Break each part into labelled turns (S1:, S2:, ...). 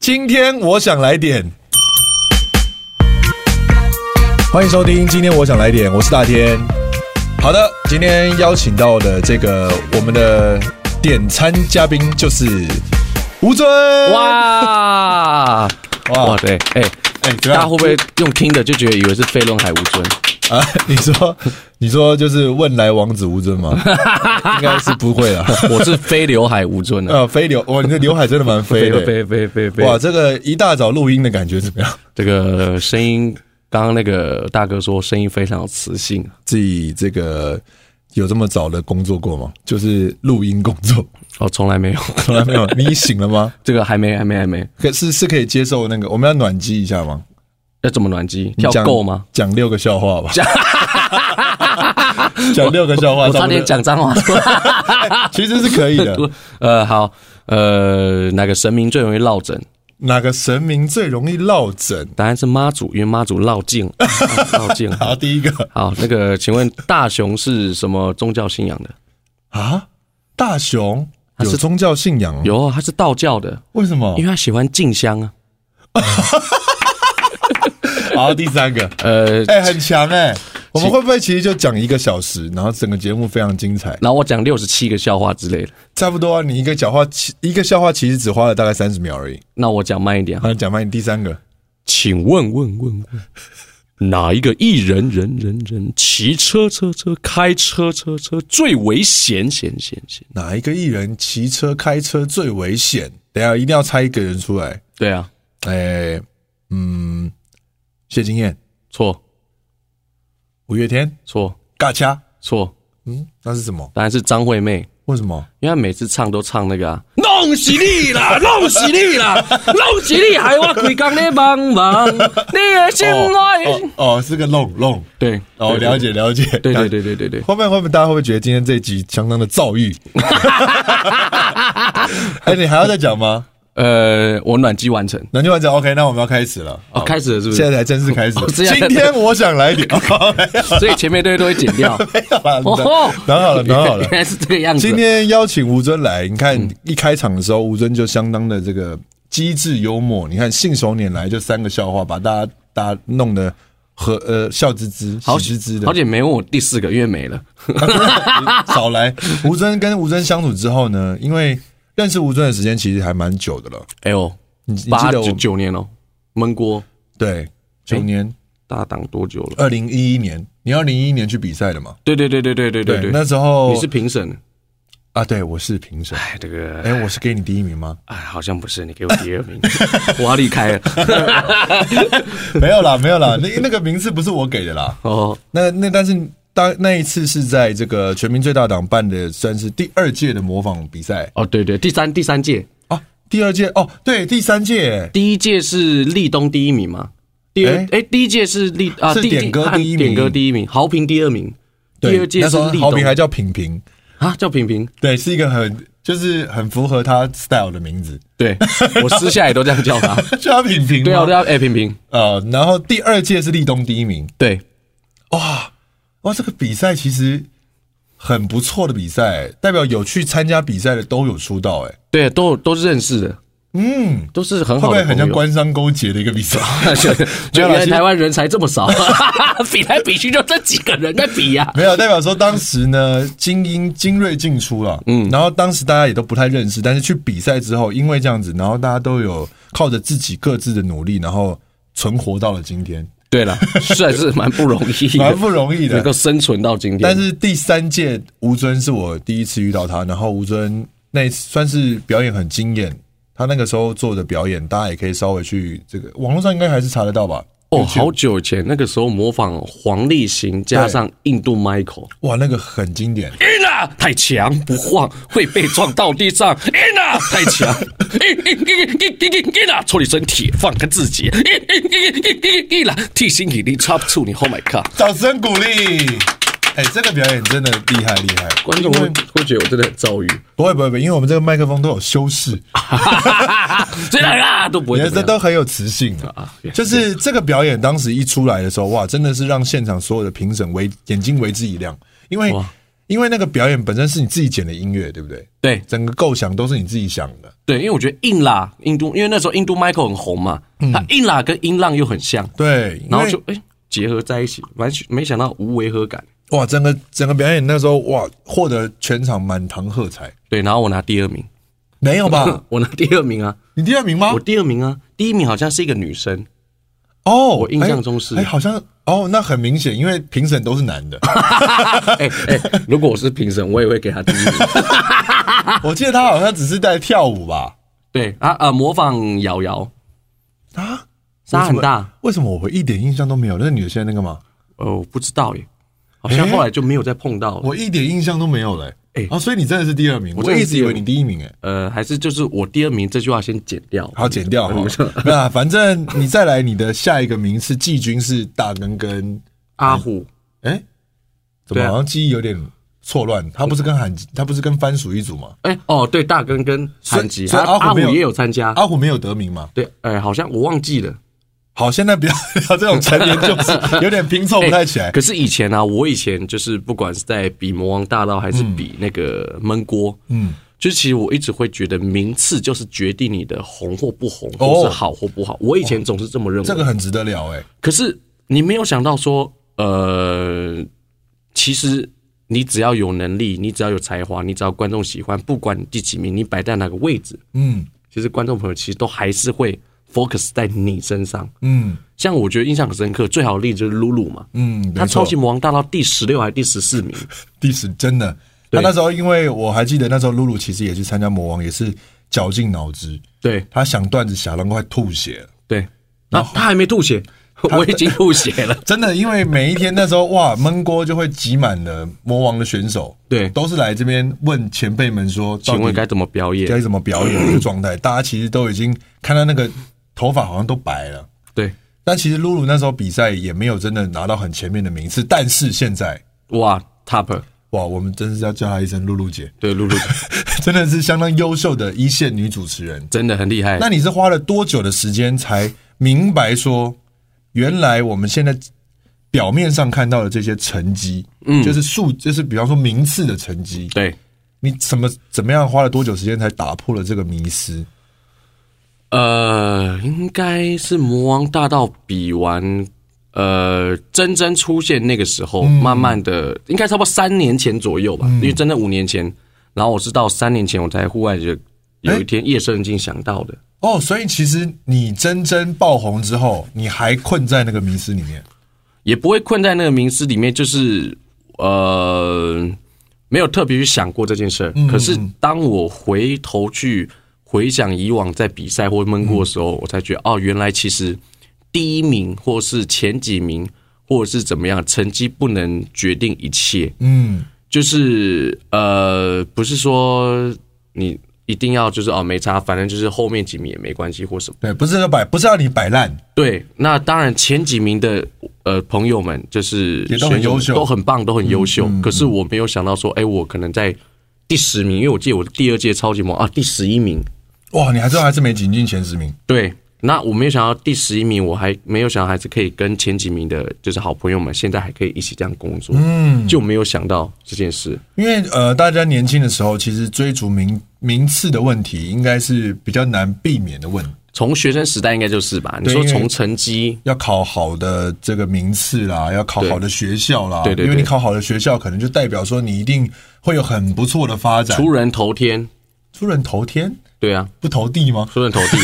S1: 今天我想来点，欢迎收听。今天我想来点，我是大天。好的，今天邀请到的这个我们的点餐嘉宾就是吴尊。
S2: 哇
S1: 哇
S2: 哇对，哎、
S1: 哎，怎么
S2: 大家
S1: 样
S2: 会不会用听的就觉得以为是飞轮海吴 尊？
S1: 啊？你说你说就是问来王子吴尊 吗？应该是不会啦。
S2: 我是飞刘海吴尊 啊，
S1: 呃，飞流哇，你的刘海真的蛮飞
S2: 飞
S1: 的。
S2: 飞飞飞飞，
S1: 哇，这个一大早录音的感觉怎么样？
S2: 这个声音，刚刚那个大哥说声音非常有磁性，
S1: 自己这个有这么早的工作过吗？就是录音工作，
S2: 哦，从来没有，
S1: 从来没有。你醒了吗？
S2: 这个还没还没还没，
S1: 可是是可以接受那个，我们要暖机一下吗？
S2: 要怎么暖机？
S1: 你
S2: 跳
S1: 讲
S2: 够吗？？
S1: 讲六个笑话 吧。讲六个笑话，
S2: 我差点
S1: 啊差
S2: 讲脏话。
S1: 不多，其实是可以的。
S2: 呃，好，呃，哪个神明最容易落枕？
S1: 哪个神明最容易落枕？
S2: 答案是妈祖，因为妈祖落 镜，落镜。
S1: 好，第一个
S2: 好，那个，请问大雄是什么宗教信仰的？
S1: 啊，大雄
S2: 他
S1: 有
S2: 是
S1: 宗教信仰哦，
S2: 有，他是道教的，
S1: 为什么
S2: 因？为他喜欢静香啊。
S1: 好，啊第三 个，
S2: 呃，
S1: 哎，很强 哎。我们会不会其实就讲一个小时，然后整个节目非常精彩？
S2: 然后我讲六十七个笑话之类的，
S1: 差不多啊，你一个讲话，其一个笑话其实只花了大概三十秒而已。
S2: 那我讲慢一点啊。
S1: 好，讲完你第三个，
S2: 请问问问问，哪一个艺人人人人骑车车车开车车车最危险险险险？
S1: 哪一个艺人骑车开车最危险？等一下一定要猜一个人出来。
S2: 对啊，
S1: 哎，嗯，谢金燕、
S2: 错
S1: 五月天、
S2: 错
S1: 尬掐，
S2: 错，
S1: 嗯，那是什么？
S2: 当然是张惠妹。
S1: 为什么？
S2: 因为她每次唱都唱那个啊，弄死你啦，弄死你啦，弄死你，害我规工咧茫茫，你的心爱。
S1: 哦哦，是个弄弄，
S2: 对，
S1: 哦，了解了解，
S2: 对。对
S1: 了解
S2: 对对对对，
S1: 后面会不会大家会不会觉得今天这一集相当的躁 郁？哎，你还要再讲吗？
S2: 呃，我暖机完成，
S1: 南京完讲 OK，那我们要开始了。
S2: 哦，开始了是不
S1: 现
S2: 是？
S1: 在才正式开始
S2: 哦。这样
S1: 今天我想来 点，哦没有
S2: 所以前面都都会剪 掉。
S1: 啦，
S2: 哦吼
S1: 拿好了，拿好了
S2: 原。 来是这个样子。
S1: 今天邀请吴尊来，你看一开场的时候，吴尊就相当的这个机智幽默。你看信手拈来就三个笑话，把大家大家弄得和呃笑滋滋、喜
S2: 好
S1: 滋滋的
S2: 好。姐没问我第四个，因为没了。
S1: 少来，吴尊跟吴尊相处之后呢，因为认识吴尊的时间其实还蛮久的了，
S2: 哎呦，
S1: 你你记
S2: 八
S1: 得
S2: 九
S1: 我
S2: 九年哦，焖锅
S1: 对九年
S2: 大档多久了？
S1: 二零一一年，你二零一一年去比赛的嘛？
S2: 对对对对对对对对，
S1: 那时候
S2: 你是评审。
S1: 啊，对我是评审。
S2: 哎，这个
S1: 哎，我是给你第一名吗？
S2: 哎，好像不是，你给我第二 名，我要离开了。
S1: 没有啦，没有啦，那那个名次不是我给的啦。
S2: 哦，
S1: 那那但是当那一次是在这个全民最大党办的，算是第二届的模仿比赛
S2: 哦，对对，第三第三届，
S1: 啊。第二届哦，对，第三届
S2: 第一届是立冬第一名嘛？第二
S1: 哎
S2: 哎，第一届是立啊，
S1: 是
S2: 第
S1: 点歌
S2: 啊
S1: 第一名
S2: 点歌第一名，豪平第二名，
S1: 对
S2: 第二届
S1: 那
S2: 是
S1: 时候
S2: 立
S1: 豪
S2: 冬
S1: 平还叫平平，
S2: 啊，叫平平。
S1: 对，是一个很就是很符合他 style 的名字，
S2: 对我私下也都这样叫他。
S1: 叫他平平吗。
S2: 对啊，我都要哎平平。
S1: 呃，然后第二届是立冬第一名，
S2: 对，
S1: 哇哇，这个比赛其实很不错的比赛，代表有去参加比赛的都有出道，哎，
S2: 对，都有都是认识的，
S1: 嗯，
S2: 都是很
S1: 会不
S2: 好
S1: 会
S2: 的朋
S1: 很
S2: 友。
S1: 像官商勾结的一个 比赛？
S2: 就
S1: 没有
S2: 就
S1: 啦
S2: 原来
S1: 其实
S2: 台湾人才这么少， 比来比去就这几个人在 比呀、
S1: 没有，代表说当时呢，精英精锐进出了，嗯，然后当时大家也都不太认识，但是去比赛之后，因为这样子，然后大家都有靠着自己各自的努力，然后存活到了今天，
S2: 对了，算是蛮不容易
S1: 蛮
S2: 的，
S1: 不容易
S2: 能
S1: 的
S2: 够。生存到今天。
S1: 但是第三届吴尊是我第一次遇到他，然后吴尊那算是表演很惊艳，他那个时候做的表演，大家也可以稍微去这个网络上应该还是查得到吧？
S2: 哦，
S1: YouTube
S2: 好久以前那个时候模仿黄立行加上印度 Michael，
S1: 哇，那个很经典。
S2: 晕啊，太强不晃会被撞到地上，晕啊，太强， 哎晕晕晕晕晕晕晕啊，处理身体放开自己，哎晕晕晕晕晕晕啦，地哎心引力抓不住你，Oh my god！
S1: 掌声鼓励。哎、这个表演真的厉害厉害，
S2: 观众会会觉得我真的很 遭遇，
S1: 不会不会，不会因为我们这个麦克风都有修饰，
S2: 所以啊都不会
S1: 也
S2: 啊 怎么
S1: 这
S2: 样
S1: 都很有磁性的。
S2: 啊，原来
S1: 就是这个表演当时一出来的时候，哇，真的是让现场所有的评审为眼睛为之一亮，因为
S2: 哇
S1: 因为那个表演本身是你自己剪的音乐，对不对？
S2: 对
S1: 整个构想都是你自己想的。
S2: 对，因为我觉得硬啦，印度，因为那时候印度 Michael 很红嘛，他硬啦跟音浪又很像，
S1: 对，嗯因
S2: 然后
S1: 为
S2: 就哎、结合在一起，完全没想到无违和感。
S1: 哇，整个整个表演那时候哇，获得全场满堂喝 彩。
S2: 对，然后我拿第二名，
S1: 没有吧？
S2: 我拿第二名啊，
S1: 你第二名吗
S2: 我？第二名啊，第一名好像是一个女生，
S1: 哦，
S2: 我印象中是
S1: 哎，哎好像哦，那很明显，因为评审都是男 的。
S2: 哎哎、如果我是评审，我也会给她第一名。
S1: 我记得他好像只是在跳舞吧？
S2: 对啊啊，模仿瑶瑶
S1: 啊，
S2: 沙很大，
S1: 为什么我会一点印象都没有？那个女的现在那个吗？
S2: 哦，我不知道耶，好像后来就没有再碰到了。
S1: 我一点印象都没有嘞。
S2: 哎
S1: 啊，所以你真的是第二哦名，我
S2: 真的
S1: 一
S2: 是
S1: 直以为你第一名哎。
S2: 呃，还是就是我第二名这句话先剪掉。
S1: 好，剪掉
S2: 没错
S1: 哈。那反正你再来，你的下一个名次季军是大根跟
S2: 阿虎，
S1: 哎、怎么
S2: 对啊
S1: 好像记忆有点错乱？他不是跟韩，他不是跟番薯一组吗？
S2: 哎、哦，对，大根跟韩吉，
S1: 所以
S2: 阿
S1: 阿虎
S2: 阿虎
S1: 没有
S2: 也有啊参加。
S1: 阿虎没有得名嘛？
S2: 对，哎、好像我忘记了。
S1: 好，现在不要 聊这种成年旧事，有点拼凑不太起 来。
S2: 可是以前啊，我以前就是不管是在比魔王大道还是比那个焖锅，嗯，就其实我一直会觉得名次就是决定你的红或不红，
S1: 哦
S2: 或是好或不好。我以前总是这么认为。
S1: 这个很值得聊哎、
S2: 可是你没有想到说，呃，其实你只要有能力，你只要有才华，你只要观众喜欢，不管你第几名，你摆在哪个位置，
S1: 嗯
S2: 其实观众朋友其实都还是会 focus 在你身上。
S1: 嗯
S2: 像我觉得印象很深刻，最好的例子就是露露嘛，
S1: 嗯，
S2: 她
S1: 没
S2: 超
S1: 错
S2: 级，魔王大道第十六还是第十 四名，
S1: 第十真的。他那时候，因为我还记得那时候露露其实也去参加魔王，也是绞尽脑汁，
S2: 对
S1: 他想段子想到快吐血了。
S2: 对，啊，她还没吐 血，我已经吐血了，
S1: 真的，因为每一天那时候哇，焖锅就会挤满了魔王的选手，
S2: 对
S1: 都是来这边问前辈们说，到
S2: 请问
S1: 底
S2: 该怎么表演？
S1: 该怎么表演这个状态。大家其实都已经看到那个头发好像都白了，
S2: 对，
S1: 但其实露露那时候比赛也没有真的拿到很前面的名次，但是现在
S2: 哇，top，
S1: 哇，我们真是要叫她一声露露姐，
S2: 对，露露
S1: 真的是相当优秀的一线女主持人。
S2: 真的很厉害，
S1: 那你是花了多久的时间才明白说，原来我们现在表面上看到的这些成绩，嗯，就是数，就是比方说名次的成绩，
S2: 对。
S1: 你怎么怎么样花了多久时间才打破了这个迷思？
S2: 呃，应该是魔王大道比完，呃，真真出现那个时候，慢慢的，应该差不多三年前左右吧，因为真真五年前，然后我是到三年前我才忽然就有一天夜深人静想到的，
S1: 哦，所以其实你真正爆红之后，你还困在那个迷思里面。
S2: 也不会困在那个名词里面，就是呃，没有特别去想过这件事儿。可是当我回头去回想以往在比赛或闷过的时候，我才觉得哦，原来其实第一名或是前几名或者是怎么样，成绩不能决定一切。
S1: 嗯，
S2: 就是呃，不是说你一定要就是哦没差，反正就是后面几名也没关系或什么。
S1: 对，不是要摆，不是要你摆烂，
S2: 对，那当然前几名的呃朋友们就是
S1: 也都很
S2: 选手们
S1: 优秀嗯
S2: 都很棒，都很优秀。可是我没有想到说，哎、我可能在第十名，因为我记得我第二届超级魔王啊第十一名。
S1: 哇，你还是还是没挤进前十名。
S2: 对，那我没有想到第十一名，我还没有想到还是可以跟前几名的，就是好朋友们，现在还可以一起这样工作，嗯，就没有想到这件事。
S1: 因为呃，大家年轻的时候，其实追逐名名次的问题，应该是比较难避免的问题。
S2: 从学生时代应该就是吧？你
S1: 对
S2: 说
S1: 因为
S2: 从成绩，
S1: 要考好的这个名次啦，要考好的学校啦，
S2: 对对
S1: 因
S2: 对
S1: 为你考好的学校，可能就代表说你一定会有很不错的发展。
S2: 出人头天，
S1: 出人头天
S2: 对啊，
S1: 不投地 啊吗？
S2: 出人头地。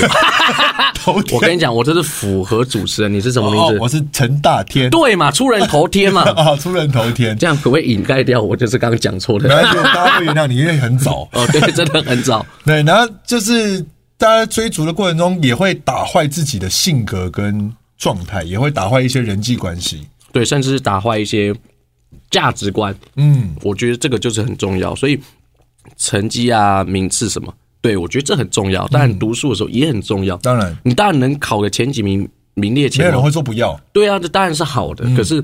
S1: 头
S2: 我
S1: 天
S2: 跟你讲，我这是符合主持人，你是什么名
S1: 哦
S2: 字，？
S1: 我是陈大天
S2: 对嘛，出人头天嘛。
S1: 啊，出人头天，
S2: 这样可不可以掩盖掉我就是刚刚讲错
S1: 没
S2: 的？
S1: 关系，大家会原谅你，因为很早。
S2: 哦，对，真的很早。
S1: 对，然后就是大家追逐的过程中，也会打坏自己的性格跟状态，也会打坏一些人际关系。
S2: 对，甚至是打坏一些价值观。
S1: 嗯，
S2: 我觉得这个就是很重要，所以成绩啊、名次什么，对我觉得这很重要。当然，读书的时候也很重要。
S1: 嗯当然，
S2: 你当然能考个前几名、名
S1: 没
S2: 列
S1: 有嗯
S2: 前
S1: 人
S2: 茅，
S1: 会说不要。
S2: 对啊，这当然是好的。可是，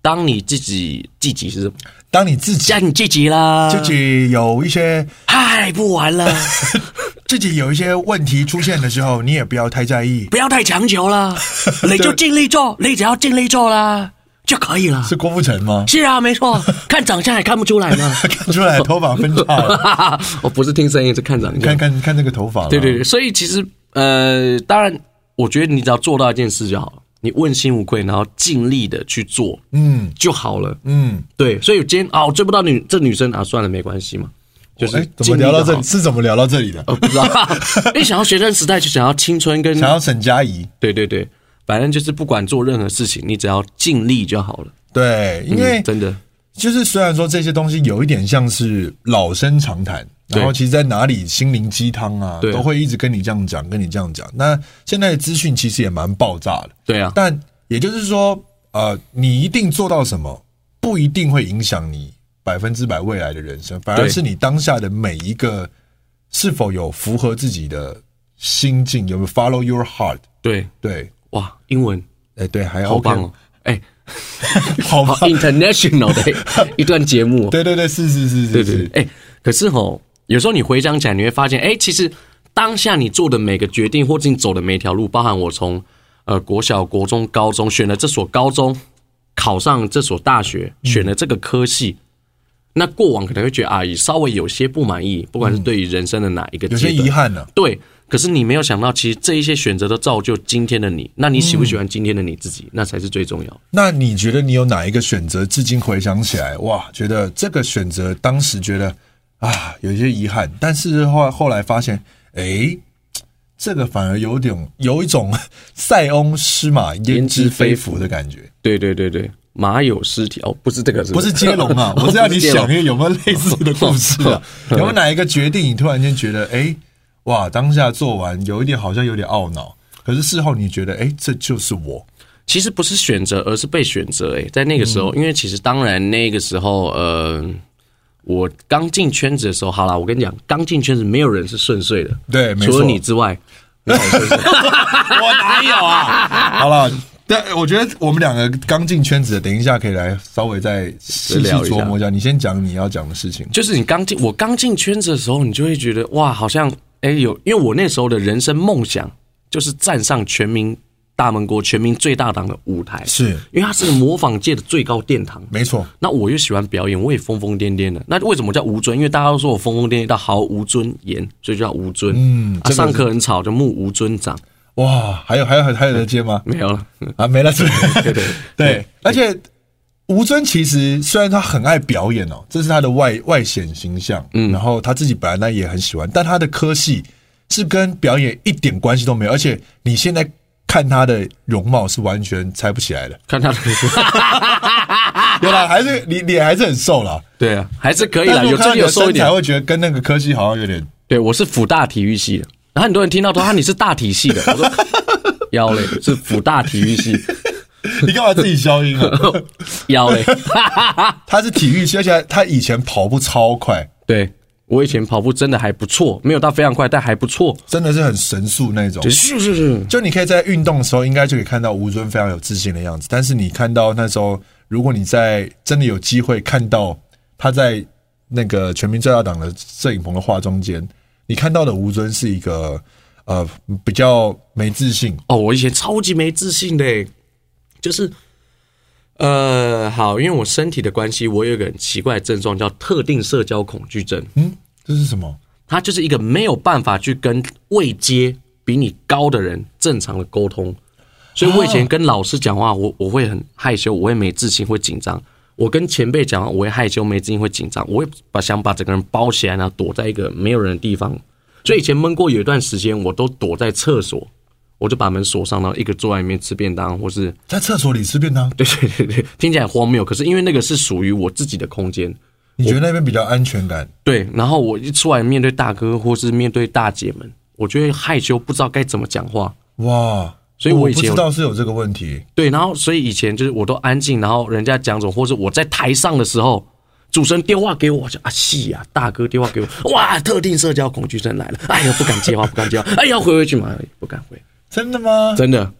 S2: 当你自己自己是什么？
S1: 当你自己
S2: 加你自己啦，
S1: 自己有一些
S2: 嗨，不 玩了，
S1: 自己有一些问题出现的时候，你也不要太在意。
S2: 不要太强求啦，你就尽力做，你只要尽力做啦。就可以了。
S1: 是郭富城吗？
S2: 是啊，没错，看长相还看不出来呢。
S1: 看 出来头发分叉 了，
S2: 我不是听声音，是看长
S1: 看
S2: 相。
S1: 看看这个头发了，
S2: 对对对，所以其实呃，当然，我觉得你只要做到一件事就好了，你问心无愧，然后尽力的去做，嗯，就好了。
S1: 嗯，
S2: 对，所以我今天啊，我追不到女这女生啊，算了，没关系嘛，就是、
S1: 哎，怎么聊到这里？？是怎么聊到这里的？
S2: 呃，不知道，因为想要学生时代就想要青春跟
S1: 哦想要沈佳宜，
S2: 对对对，反正就是不管做任何事情，你只要尽力就好了。
S1: 对，因为
S2: 嗯、真的，
S1: 就是虽然说这些东西有一点像是老生常谈，
S2: 对
S1: 然后其实，在哪里心灵鸡汤啊，
S2: 对
S1: 都会一直跟你这样讲，跟你这样讲。那现在的资讯其实也蛮爆炸的，
S2: 对啊，
S1: 但也就是说，呃，你一定做到什么，不一定会影响你百分之百未来的人生，反而
S2: 对
S1: 是你当下的每一个是否有符合自己的心境，有没有 follow your heart？
S2: 对，
S1: 对，
S2: 哇，英文
S1: 哎，对，还
S2: 好
S1: OK，
S2: 棒哦，哎、
S1: 好
S2: 好
S1: 棒，
S2: 哦 international 的 一段节目哦、
S1: 对对对，是是是
S2: 对
S1: 是
S2: 对
S1: 是，
S2: 对，哎、可是吼，有时候你回想起来，你会发现，哎、其实当下你做的每个决定，或者你走的每一条路，包含我从呃国小、国中、高中选了这所高中，考上这所大学，
S1: 嗯
S2: 选了这个科系。那过往可能会觉得啊，稍微有些不满意，不管是对于人生的哪一个
S1: 嗯有
S2: 阶
S1: 些
S2: 段，
S1: 遗憾呢、
S2: 对，可是你没有想到，其实这一些选择都造就今天的你。那你喜不喜欢今天的你自己，那才是最重要的。
S1: 那你觉得你有哪一个选择，至今回想起来，哇，觉得这个选择当时觉得啊有一些遗憾，但是后来后来发现，诶，这个反而有点有一种塞翁失马焉知非福的感觉，
S2: 对对对对，马有失蹄哦，不是这个是，
S1: 不是接龙啊 我是要你
S2: 接龙
S1: 想一个有没有类似的故事啊，有没有哪一个决定你突然间觉得，诶，哇，当下做完有一点好像有点懊恼，可是事后你觉得，诶，这就是我，
S2: 其实不是选择，而是被选择。哎，在那个时
S1: 嗯
S2: 候，因为其实当然那个时候，呃，我刚进圈子的时候，好啦，我跟你讲，刚进圈子没有人是顺遂的，
S1: 对，没
S2: 除
S1: 错，
S2: 了你之外，
S1: 我哪有啊？好了，但我觉得我们两个刚进圈子的，等一下可以来稍微再细细琢磨一下。你先讲你要讲的事情。
S2: 就是你刚进我刚进圈子的时候，你就会觉得哇，好像哎有，因为我那时候的人生梦想就是站上全民大盟国全民最大党的舞台，
S1: 是
S2: 因为它是模仿界的最高殿堂。
S1: 没错，
S2: 那我又喜欢表演，我也疯疯癫癫的。那为什么叫无尊？因为大家都说我疯疯癫癫到毫无尊严，所以就叫无尊。嗯，啊、上课很吵，就目无尊长，
S1: 哇，还有还有还有得接吗？
S2: 没有了。
S1: 啊，没了是不是？对
S2: 对
S1: 对，而且吴尊其实虽然他很爱表演哦，这是他的外外显形象，嗯，然后他自己本来呢也很喜欢，但他的科系是跟表演一点关系都没有，而且你现在看他的容貌是完全猜不起来的，
S2: 看他 的，
S1: 有啦，还是脸脸还是很瘦啦。
S2: 对啊，还是可以
S1: 但
S2: 啦，
S1: 如
S2: 有
S1: 果看到你
S2: 这里有
S1: 的
S2: 瘦一
S1: 身材，
S2: 点。
S1: 会觉得跟那个科系好像有点。
S2: 对，我是辅大体育系的，然后很多人听到说啊，你是大体系的，我说 腰嘞是辅大体育系，
S1: 你干嘛自己消 音啊？
S2: 腰嘞。
S1: 他是体育系，而且他以前跑步超快，
S2: 对我以前跑步真的还不错，没有到非常快，但还不错。
S1: 真的是很神速那种
S2: 就。是是是，
S1: 就你可以在运动的时候，应该就可以看到吴尊非常有自信的样子。但是你看到那时候，如果你在真的有机会看到他在那个全民最大党的摄影棚的化妆间，你看到的吴尊是一个呃比较没自信，
S2: 哦，我以前超级没自信的欸，就是，呃，好，因为我身体的关系，我有一个很奇怪的症状叫特定社交恐惧症，
S1: 嗯，这是什么？
S2: 它就是一个没有办法去跟位阶比你高的人正常的沟通。所以我以前跟老师讲话，我我会很害羞，我会没自信，会紧张。我跟前辈讲话，我会害羞、没自信、会紧张，我会把想把整个人包起来，然后躲在一个没有人的地方。所以以前闷过有一段时间，我都躲在厕所，我就把门锁上，然后一个坐在里面吃便当，或是
S1: 在厕所里吃便当，
S2: 对对对对，听起来很荒谬，可是因为那个是属于我自己的空间，
S1: 你觉得那边比较安全感？
S2: 对，然后我一出来面对大哥或是面对大姐们，我就会害羞，不知道该怎么讲话。
S1: 哇！
S2: 所以我
S1: 我
S2: 以前
S1: 不知道是有这个问题，
S2: 对，然后所以以前就是我都安静，然后人家讲什么，或者我在台上的时候，主持人电话给我，我就啊戏啊，大哥电话给我，哇，特定社交恐惧症来了，哎呀，不敢接话，不敢接话，哎呀，回回去嘛，不敢回，
S1: 真的吗？
S2: 真的。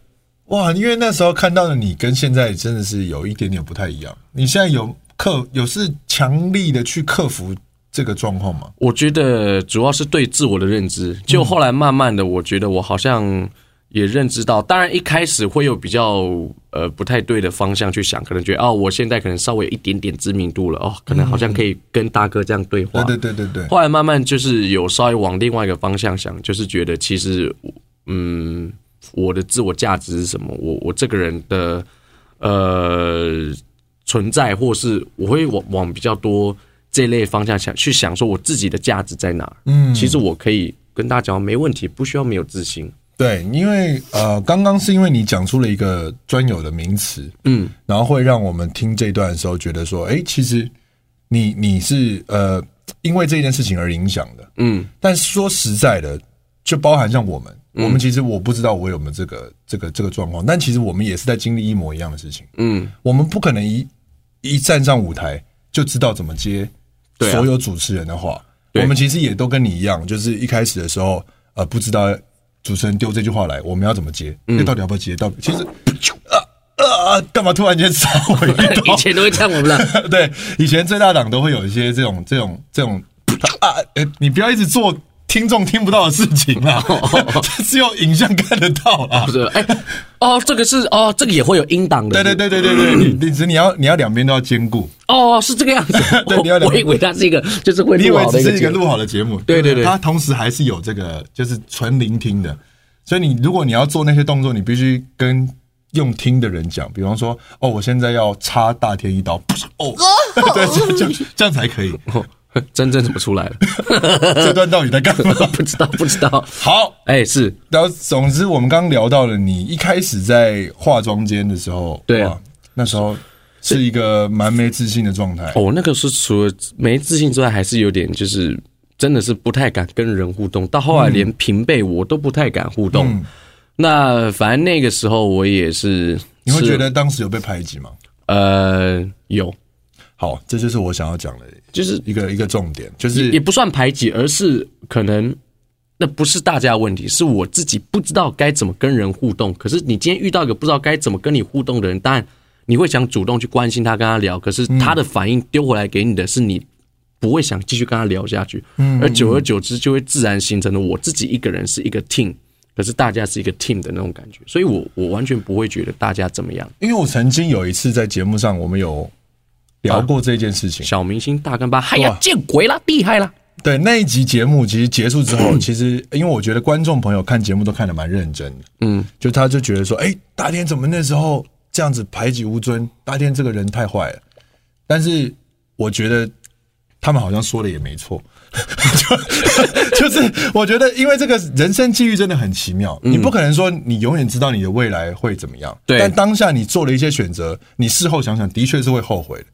S1: 哇！因为那时候看到的你跟现在真的是有一点点不太一样。你现在有克有是强力的去克服这个状况吗？
S2: 我觉得主要是对自我的认知，就后来慢慢的，我觉得我好像也认知到，当然一开始会有比较呃不太对的方向去想，可能觉得哦，我现在可能稍微有一点点知名度了，哦，可能好像可以跟大哥这样对话。
S1: 对对对对对，
S2: 后来慢慢就是有稍微往另外一个方向想，就是觉得其实，嗯，我的自我价值是什么？我我这个人的呃存在，或是我会往往比较多这类方向想去想，说我自己的价值在哪？嗯，其实我可以跟大家讲，没问题，不需要没有自信。
S1: 对，因为呃，刚刚是因为你讲出了一个专有的名词，嗯，然后会让我们听这段的时候觉得说，哎，其实你你是呃，因为这件事情而影响的，嗯。但说实在的，就包含像我们，我们其实我不知道我有没有这个这个这个状况，但其实我们也是在经历一模一样的事情，嗯。我们不可能一一站上舞台就知道怎么接
S2: 对啊
S1: 所有主持人的话，
S2: 对
S1: 我们其实也都跟你一样，就是一开始的时候，呃，不知道主持人丢这句话来，我们要怎么接？那、到底要不要接？到底其实啊啊，啊干嘛突然间杀我一
S2: 以
S1: 刀？
S2: 前都会呛我们了，
S1: 对，以前最大党都会有一些这种这种这种啊，呃你不要一直做听众听不到的事情啦，只有影像看得到啦
S2: 不。是？哎、哦，这个是哦，这个也会有音档的，
S1: 对对对对对对，你你只你要你要两边都要兼顾，
S2: 哦，是这个样子。
S1: 对你要
S2: 我
S1: 两
S2: 我以为它是一个就是会
S1: 你以
S2: 录
S1: 为
S2: 好的
S1: 只
S2: 一个
S1: 是一
S2: 节
S1: 个
S2: 目，
S1: 录好的节目，
S2: 对对对
S1: 它同时还是有这个就是纯聆听的，所以你如果你要做那些动作，你必须跟用听的人讲，比方说哦，我现在要插大天一刀，不是哦， 对，这样这样这样才可以。
S2: 真正怎么出来了？哦
S1: 这段到底在干嘛？
S2: 不知道，不知道。
S1: 好，
S2: 哎、是
S1: 然后总之我们刚刚聊到了你一开始在化妆间的时候，
S2: 对啊
S1: 哇，那时候是一个蛮没自信的状态，
S2: 哦，那个是除了没自信之外，还是有点就是真的是不太敢跟人互动，到后来连平辈我都不太敢互
S1: 嗯
S2: 动。那反正那个时候我也是，
S1: 你会
S2: 是
S1: 觉得当时有被排挤吗？
S2: 呃有，
S1: 好，这就是我想要讲的
S2: 就是
S1: 一个一个重点，就是
S2: 也不算排挤，而是可能那不是大家的问题，是我自己不知道该怎么跟人互动。可是你今天遇到一个不知道该怎么跟你互动的人，当然你会想主动去关心他，跟他聊。可是他的反应丢回来给你的是你不会想继续跟他聊下去，而久而久之就会自然形成了我自己一个人是一个 team。可是大家是一个 team 的那种感觉，所以我我完全不会觉得大家怎么样。
S1: 因为我曾经有一次在节目上，我们有聊过这件事情。
S2: 小明星大干巴，哎
S1: 对
S2: 呀
S1: 啊，
S2: 见鬼啦，厉害啦！
S1: 对那一集节目，其实结束之后，其实因为我觉得观众朋友看节目都看得蛮认真的，嗯，就他就觉得说，哎、大天怎么那时候这样子排挤吴尊？大天这个人太坏了。但是我觉得他们好像说的也没错， 就 就是我觉得，因为这个人生际遇真的很奇妙，你不可能说你永远知道你的未来会怎么样，
S2: 对
S1: 但当下你做了一些选择，你事后想想，的确是会后悔的。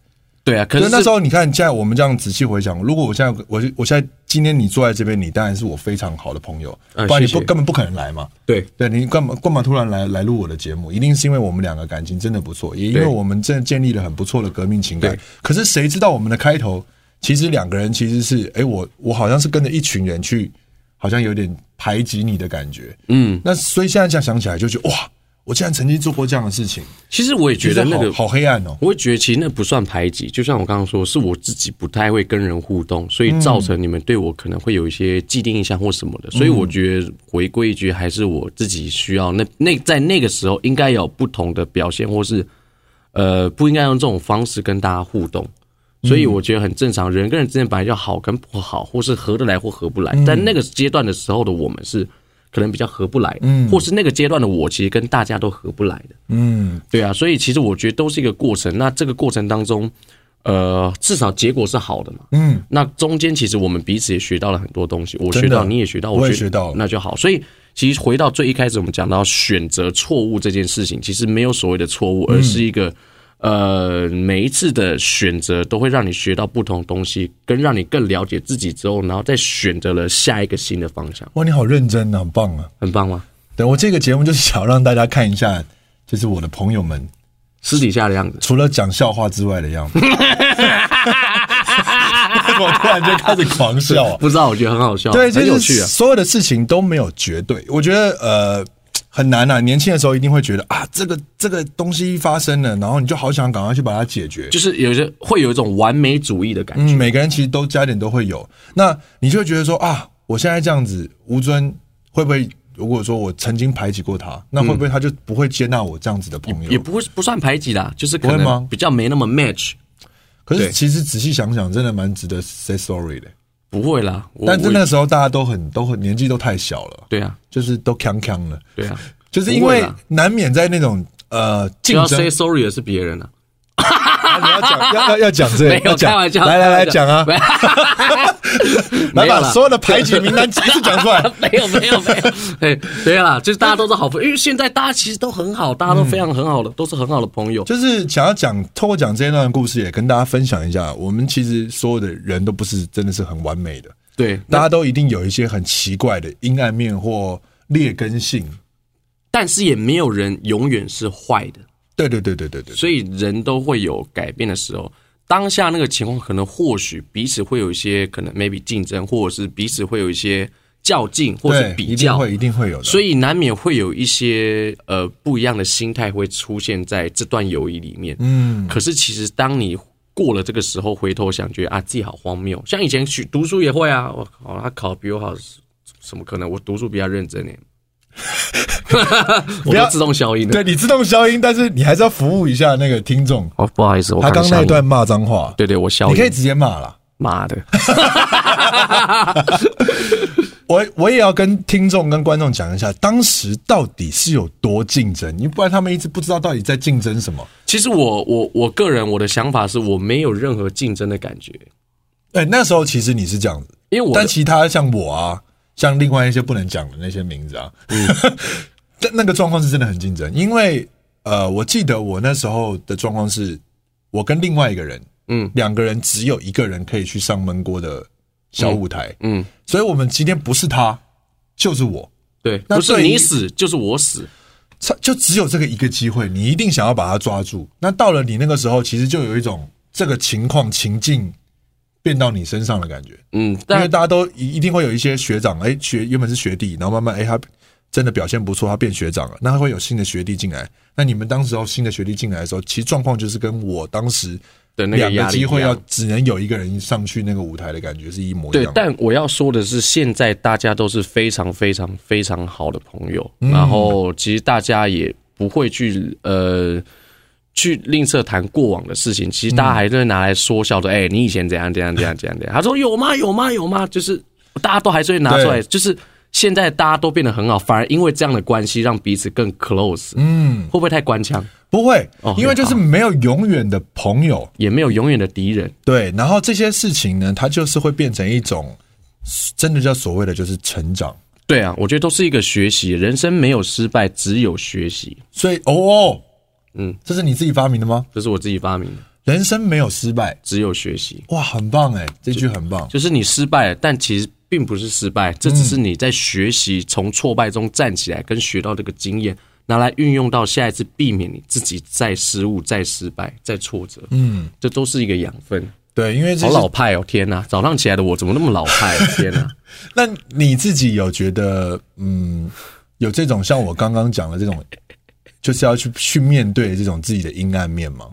S2: 对啊，
S1: 可
S2: 可是
S1: 是那时
S2: 候
S1: 候，你看，现在我们这样仔细回想，如果我现在，我我现在今天你坐在这边，你当然是我非常好的朋友，
S2: 啊
S1: 不然你
S2: 谢谢
S1: 不根本不可能来嘛。
S2: 对
S1: 对你干嘛干嘛突然来来录我的节目？一定是因为我们两个感情真的不错，也因为
S2: 对
S1: 我们真的建立了很不错的革命情感
S2: 对。
S1: 可是谁知道我们的开头，其实两个人其实是，哎，我我好像是跟着一群人去，好像有点排挤你的感觉。嗯，那所以现在这样想起来，就觉得哇，我竟然曾经做过这样的事情，
S2: 其实我也觉得那
S1: 其实
S2: 个
S1: 好好黑暗哦。
S2: 我会觉得其实那不算排挤，就像我刚刚说，是我自己不太会跟人互动，所以造成你们对我可能会有一些既定印象或什么的。所以我觉得回归一句，还是我自己需要那那在那个时候应该有不同的表现，或是呃不应该用这种方式跟大家互动。所以我觉得很正常，人跟人之间本来就好跟不好，或是合得来或合不来。但那个阶段的时候的我们是可能比较合不来，嗯，或是那个阶段的我其实跟大家都合不来的。对啊，所以其实我觉得都是一个过程。那这个过程当中，呃，至少结果是好的嘛。嗯，那中间其实我们彼此也学到了很多东西，我
S1: 真
S2: 学
S1: 的
S2: 到，你也学到，
S1: 我也
S2: 学
S1: 学到了
S2: 那就好。所以其实回到最一开始，我们讲到选择错误这件事情，其实没有所谓的错误，而
S1: 嗯
S2: 是一个。呃，每一次的选择都会让你学到不同的东西，跟让你更了解自己之后，然后再选择了下一个新的方向，
S1: 哇，你好认真啊，很棒啊！
S2: 很棒吗？
S1: 对我这个节目就是想让大家看一下，就是我的朋友们
S2: 私底下的样子，
S1: 除了讲笑话之外的样子。 我突然间开始狂笑 啊、
S2: 不知道我觉得很好笑，
S1: 对，
S2: 很
S1: 就
S2: 有趣
S1: 是
S2: 啊。
S1: 所有的事情都没有绝对。我觉得呃很难啊，年轻的时候一定会觉得啊，这个这个东西发生了，然后你就好想赶快去把它解决。
S2: 就是有些会有一种完美主义的感觉。
S1: 嗯，每个人其实都加点都会有，那你就会觉得说啊，我现在这样子，吴尊会不会如果说我曾经排挤过他，那会不会
S2: 嗯
S1: 他就不会接纳我这样子的朋友？
S2: 也不会不算排挤啦，就是
S1: 嗯
S2: 可
S1: 不会吗
S2: 能比较没那么 match。
S1: 可
S3: 对
S1: 是其实仔细想想，真的蛮值得 say sorry 的。
S2: 不会啦，我
S1: 但是
S2: 我
S1: 那时候大家都很都很年纪都太小了，
S2: 对啊，
S1: 就是都锵锵了，
S2: 对啊，
S1: 就是因
S2: 不会
S1: 为
S2: 啦
S1: 难免在那种呃
S2: 只
S1: 竞
S2: 要
S1: 争
S2: say sorry 的是别人啊，
S1: 啊你要讲要要要讲这个，
S2: 没有
S1: 要讲
S2: 开玩笑
S1: 来来来
S2: 开
S1: 讲 啊，来
S2: 没有
S1: 把
S2: 啦
S1: 所有的排挤名单一次讲出来。
S2: 没有没有没有，哎，对啦，就是大家都是好朋友，因为现在大家其实都很好，大家都非常很好的，都是很好的朋友。
S1: 就是想要讲，透过讲这一段故事，也跟大家分享一下，我们其实所有的人都不是真的是很完美的，
S2: 对，
S1: 大家都一定有一些很奇怪的阴暗面或劣根性。
S2: 但是也没有人永远是坏的，
S1: 对对对对对对，
S2: 所以人都会有改变的时候。当下那个情况，可能或许彼此会有一些可能 maybe 竞争，或者是彼此会有一些较劲，或者
S1: 对
S2: 是，比
S1: 一定
S2: 较，
S1: 会一定会有的。
S2: 所以难免会有一些呃不一样的心态会出现在这段友谊里面。嗯，可是其实当你过了这个时候，回头想，觉得啊自己好荒谬。像以前去读书也会啊，我靠，他考比我好，怎么可能？我读书比较 认 真呢。欸我
S1: 要
S2: 都自动消音了。
S1: 对你自动消音，但是你还是要服务一下那个听众。
S2: 哦，不好意思，我
S1: 他刚
S2: 消
S1: 那
S2: 音，
S1: 段骂脏话，
S2: 对对，我消
S1: 你
S2: 音。
S1: 可以直接骂了。
S2: 妈的，
S1: 我我也要跟听众跟观众讲一下，当时到底是有多竞争，你不然他们一直不知道到底在竞争什么。
S2: 其实我我我个人我的想法是我没有任何竞争的感觉，
S1: 哎、那时候其实你是这样子，
S2: 因为我
S1: 但其他像我啊，像另外一些不能讲的那些名字啊，
S2: 嗯
S1: 但 那个状况是真的很竞争，因为呃，我记得我那时候的状况是，我跟另外一个人，
S2: 嗯
S1: 两个人只有一个人可以去上焖锅的小舞台，
S2: 嗯
S1: 所以我们今天不是他，就是我。
S2: 对，
S1: 那
S2: 不是
S1: 对于
S2: 你死就是我死，
S1: 差就只有这个一个机会，你一定想要把它抓住。那到了你那个时候，其实就有一种这个情况情境变到你身上的感觉，
S2: 嗯，
S1: 因
S2: 但
S1: 为大家都一一定会有一些学长，哎、学原本是学弟，然后慢慢哎、他真的表现不错，他变学长了，那会有新的学弟进来。那你们当时候新的学弟进来的时候，其实状况就是跟我当时
S2: 的那个
S1: 两
S2: 压
S1: 个
S2: 力一
S1: 机
S2: 样
S1: 会要只能有一个人上去那个舞台的感觉是一模一
S2: 对
S1: 样，的。
S2: 但我要说的是，现在大家都是非常非常非常好的朋友，
S1: 嗯
S2: 然后其实大家也不会去呃去吝啬谈过往的事情，其实大家还在拿来说笑的，哎、你以前怎样怎样怎样怎样怎样，他说有吗有吗有吗，就是大家都还是会拿出来，就是现在大家都变得很好，反而因为这样的关系让彼此更 close，嗯，会不会太官腔？
S1: 不会
S2: 哦，
S1: 因为啊就是没有永远的朋友。
S2: 也没有永远的敌人，
S1: 对，然后这些事情呢，它就是会变成一种真的叫所谓的就是成长。
S2: 对啊，我觉得都是一个学习，人生没有失败，只有学习，
S1: 所以哦哦，
S2: 嗯
S1: 嗯，这是你自己发明的吗？
S2: 这是我自己发明的，
S1: 人生没有失败，
S2: 只有学习。
S1: 哇，很棒哎，这句很棒。
S2: 就是你失败了，但其实并不是失败，这
S1: 嗯
S2: 只是你在学习从挫败中站起来，跟学到这个经验，拿来运用到下一次，避免你自己再失误、再失败、再挫折。嗯，这都是一个养分。
S1: 对，因为这
S2: 好
S1: 是
S2: 老派哦！天哪，早上起来的我怎么那么老派、啊？天 哪！
S1: 那你自己有觉得嗯，有这种像我刚刚讲的这种，就是要去去面对这种自己的阴暗面吗？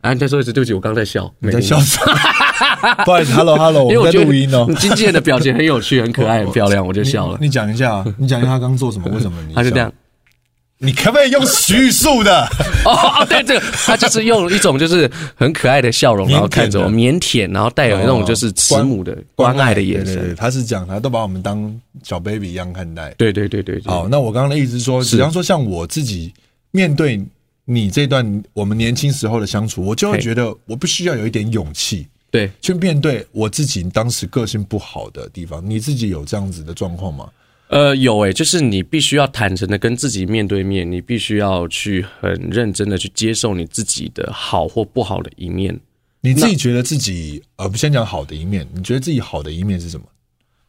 S2: 啊，你再说一次，对不起，我刚在笑，
S1: 你
S2: 没
S1: 在
S2: 听
S1: 笑 什么？不好意思，Hello Hello，
S2: 因为
S1: 我
S2: 我
S1: 们在
S2: 觉
S1: 录音
S2: 得
S1: 哦
S2: 你。经纪人的表情很有趣、很可爱、很漂亮，我就笑了。
S1: 你讲一下啊，你讲一下他刚做什么？为什么你
S2: 他就
S1: 笑
S2: 这样，
S1: 你可不可以用叙述的？
S2: 哦哦，对，这个他就是用一种就是很可爱的笑容，然后看着我腼腆，然后带有那种就是慈母的关爱的眼
S1: 对对
S2: 神。
S1: 对他是讲他都把我们当小 baby 一样看待。
S2: 对对对对，对
S1: 好，那我刚刚的意思是说，比方说像我自己面对你这段我们年轻时候的相处，我就会
S2: 嘿
S1: 觉得我必须要有一点勇气
S2: 对，
S1: 去面对我自己当时个性不好的地方。你自己有这样子的状况吗？
S2: 呃，有诶、就是你必须要坦诚的跟自己面对面，你必须要去很认真的去接受你自己的好或不好的一面。
S1: 你自己觉得自己呃，不先讲好的一面，你觉得自己好的一面是什么？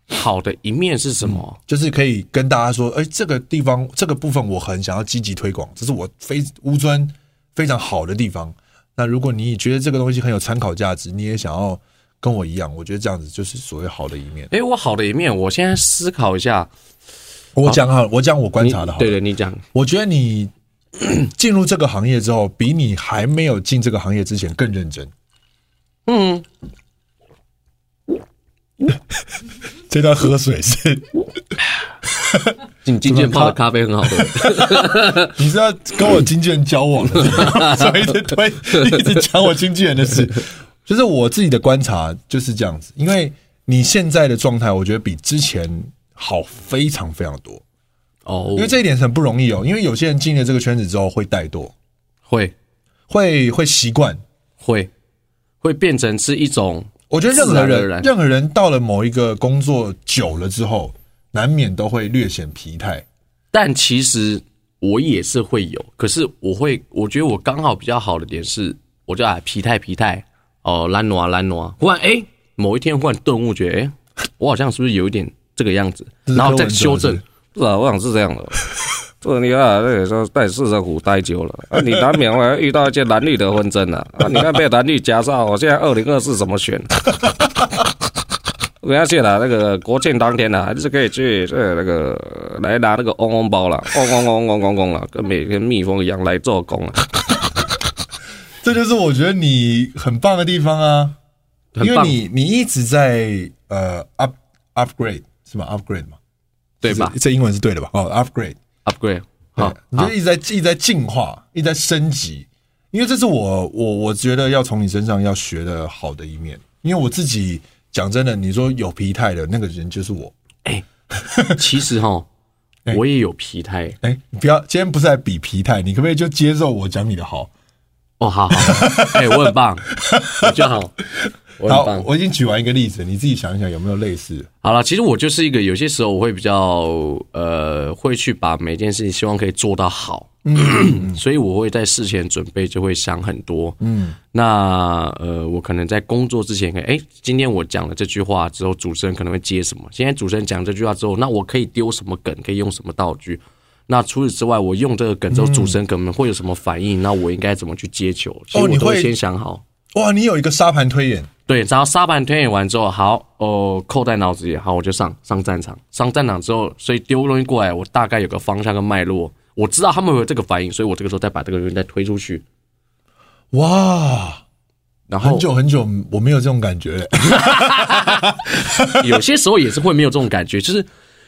S2: 好的一面是什么？
S1: 就是可以跟大家说，哎、这个地方这个部分我很想要积极推广，这是我非乌尊非常好的地方。那如果你觉得这个东西很有参考价值，你也想要跟我一样，我觉得这样子就是所谓好的一面。
S2: 诶、我好的一面，我现在思考一下。
S1: 我讲好了，我讲我观
S2: 你
S1: 察的好了
S2: 对对，你讲，
S1: 我觉得你 进入这个行业之后，比你还没有进这个行业之前更认真。
S2: 嗯，
S1: 这段喝水是，
S2: 你金健泡的咖啡很好喝，
S1: 你是要跟我经纪人交往 的，所以一直推，一直讲我经纪人的事。就是我自己的观察就是这样子，因为你现在的状态，我觉得比之前好非常非常多，
S2: 哦
S1: 因为这一点很不容易哦。因为有些人进了这个圈子之后会怠惰，
S2: 会
S1: 会会习惯。
S2: 会会变成是一种，
S1: 我觉得任何
S2: 自然而
S1: 人
S2: 然
S1: 任何人到了某一个工作久了之后，难免都会略显疲态。
S2: 但其实我也是会有，可是我会，我觉得我刚好比较好的点是，我就啊皮态皮态，哦懒挪懒挪，忽然哎、诶某一天忽然顿悟，觉得哎、诶我好像是不是有一点这个样子，
S1: 这是
S2: 然后再
S1: 柯文哲
S2: 修正
S1: 是不，
S2: 是啊，我想是这样的。 这你啊，那也说在市政府待久了，啊，你难免会遇到一些蓝绿的纷争啊。啊，你看被蓝绿夹杀，我现在二零二四怎么选？ 不要去了，那个国庆当天呢、啊还是可以去呃那个来拿那个嗡嗡包了，嗡嗡嗡嗡嗡嗡了，跟每天蜜蜂一样来做工了，啊
S1: 这就是我觉得你很棒的地方啊，
S2: 很
S1: 因为
S2: 棒
S1: 你你一直在呃 up upgrade 是吗？upgrade 嘛，
S2: 对吧
S1: 这这英文是对的吧？哦，upgrade，
S2: ？Upgrade
S1: 对
S2: 好，
S1: 你就一直在一直在进化，一直在升级，因为这是我我我觉得要从你身上要学的好的一面，因为我自己讲真的，你说有疲态的那个人就是我，
S2: 其实哈，
S1: 哎
S2: 我也有疲态
S1: 哎，你不要，今天不是来比疲态，你可不可以就接受我讲你的好？
S2: 哦，好好，哎，我很 棒，我就好，我
S1: 好
S2: 很棒，。
S1: 我已经举完一个例子，你自己想一想有没有类似？
S2: 好了，其实我就是一个有些时候我会比较呃，会去把每件事情希望可以做到好，
S1: 嗯
S2: 所以我会在事前准备就会想很多，嗯，那呃，我可能在工作之前可以，哎、今天我讲了这句话之后，主持人可能会接什么？今天主持人讲这句话之后，那我可以丢什么梗，可以用什么道具？那除此之外，我用这个梗之后，主持人可能会有什么反应？那我应该怎么去接球？所以
S1: 哦你
S2: 我都
S1: 会
S2: 先想好。
S1: 哇，你有一个沙盘推演，
S2: 对，然后沙盘推演完之后，好，哦，扣在脑子里，好，我就上上战场，上战场之后，所以丢东西过来，我大概有个方向跟脉络，我知道他们会有这个反应，所以我这个时候再把这个东西再推出去，
S1: 哇，
S2: 然后
S1: 很久很久我没有这种感觉了。
S2: 有些时候也是会没有这种感觉，就是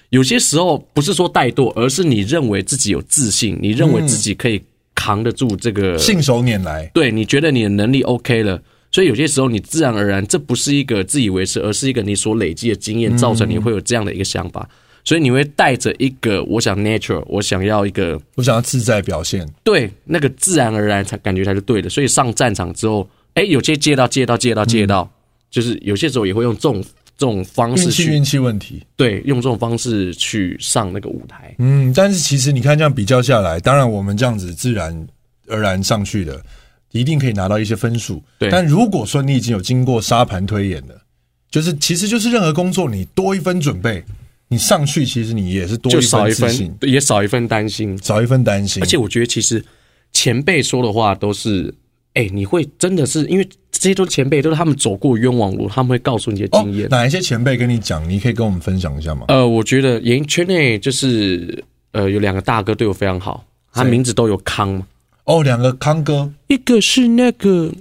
S2: 有些时候不是说怠惰，而是你认为自己有自信，你认
S1: 嗯
S2: 为自己可以扛得住这个
S1: 信手拈来，
S2: 对，你觉得你的能力 OK 了，所以有些时候你自然而然，这不是一个自以为是，而是一个你所累积的经验造成你会有这样的一个想法，所以你会带着一个我想 nature，我想要一个
S1: 我想要自在表现。
S2: 对那个自然而然才感觉才是对的，所以上战场之后，哎，有些借到借到借到借
S1: 嗯
S2: 到，就是有些时候也会用这种这种方
S1: 运
S2: 式
S1: 气
S2: 去
S1: 运气问题，
S2: 对用这种方式去上那个舞台，
S1: 嗯，但是其实你看这样比较下来，当然我们这样子自然而然上去的，一定可以拿到一些分数。
S2: 对
S1: 但如果说你已经有经过沙盘推演的，就是其实就是任何工作你多一分准备，你上去其实你也是多
S2: 就少
S1: 分
S2: 一
S1: 自
S2: 分
S1: 信，
S2: 也少一份担心。
S1: 少一分担心。
S2: 而且我觉得其实前辈说的话都是，哎、你会真的是因为这些都是前辈，都是他们走过冤枉路，他们会告诉你的
S1: 哦
S2: 经验，。
S1: 哪一些前辈跟你讲，你可以跟我们分享一下吗？
S2: 呃，我觉得演艺圈内就是呃有两个大哥对我非常好，他名字都有康嘛，
S1: 哦，两个康哥，
S2: 一个是那个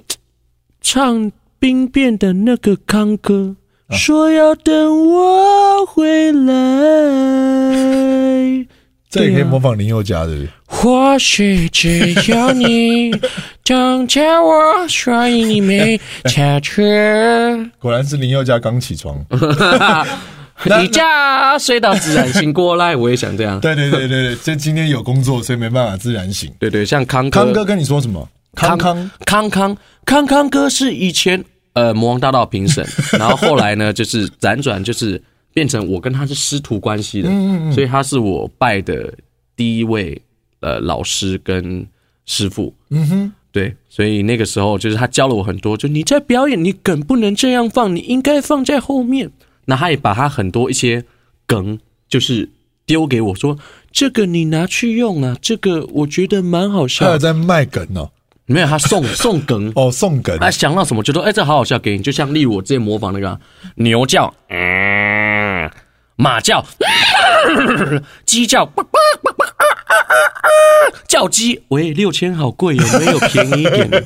S2: 唱兵变的那个康哥，说要等我回 来。
S1: 这
S2: 啊
S1: 也可以模仿林宥嘉，对不对？
S2: 或许只有你等着我，所以你 没察觉。
S1: 果然是林宥嘉刚起 床。
S2: 你家睡到自然醒过来，我也想这样。
S1: 对对对对对，这今天有工作，所以没办法自然醒。
S2: 对对，像康
S1: 康哥跟你说什么？康康
S2: 康康康康哥是以前呃魔王大道评 审，然后后来呢就是辗转就是变成我跟他是师徒关系的，所以他是我拜的第一位呃老师跟师傅。嗯哼。对，所以那个时候就是他教了我很多，就你在表演，你梗不能这样放，你应该放在后面。那他也把他很多一些梗，就是丢给我说，这个你拿去用啊，这个我觉得蛮好笑
S1: 他
S2: 的
S1: 有在卖梗哦，
S2: 没有，他送 送梗，
S1: 哦送梗，
S2: 他想到什么就说，哎、这好好笑，给你。就像例如我之前模仿那个啊牛叫，嗯，马叫，嗯鸡叫，呱呱呱呱啊啊啊啊叫鸡，喂，六千好贵，有没有便宜一点 的？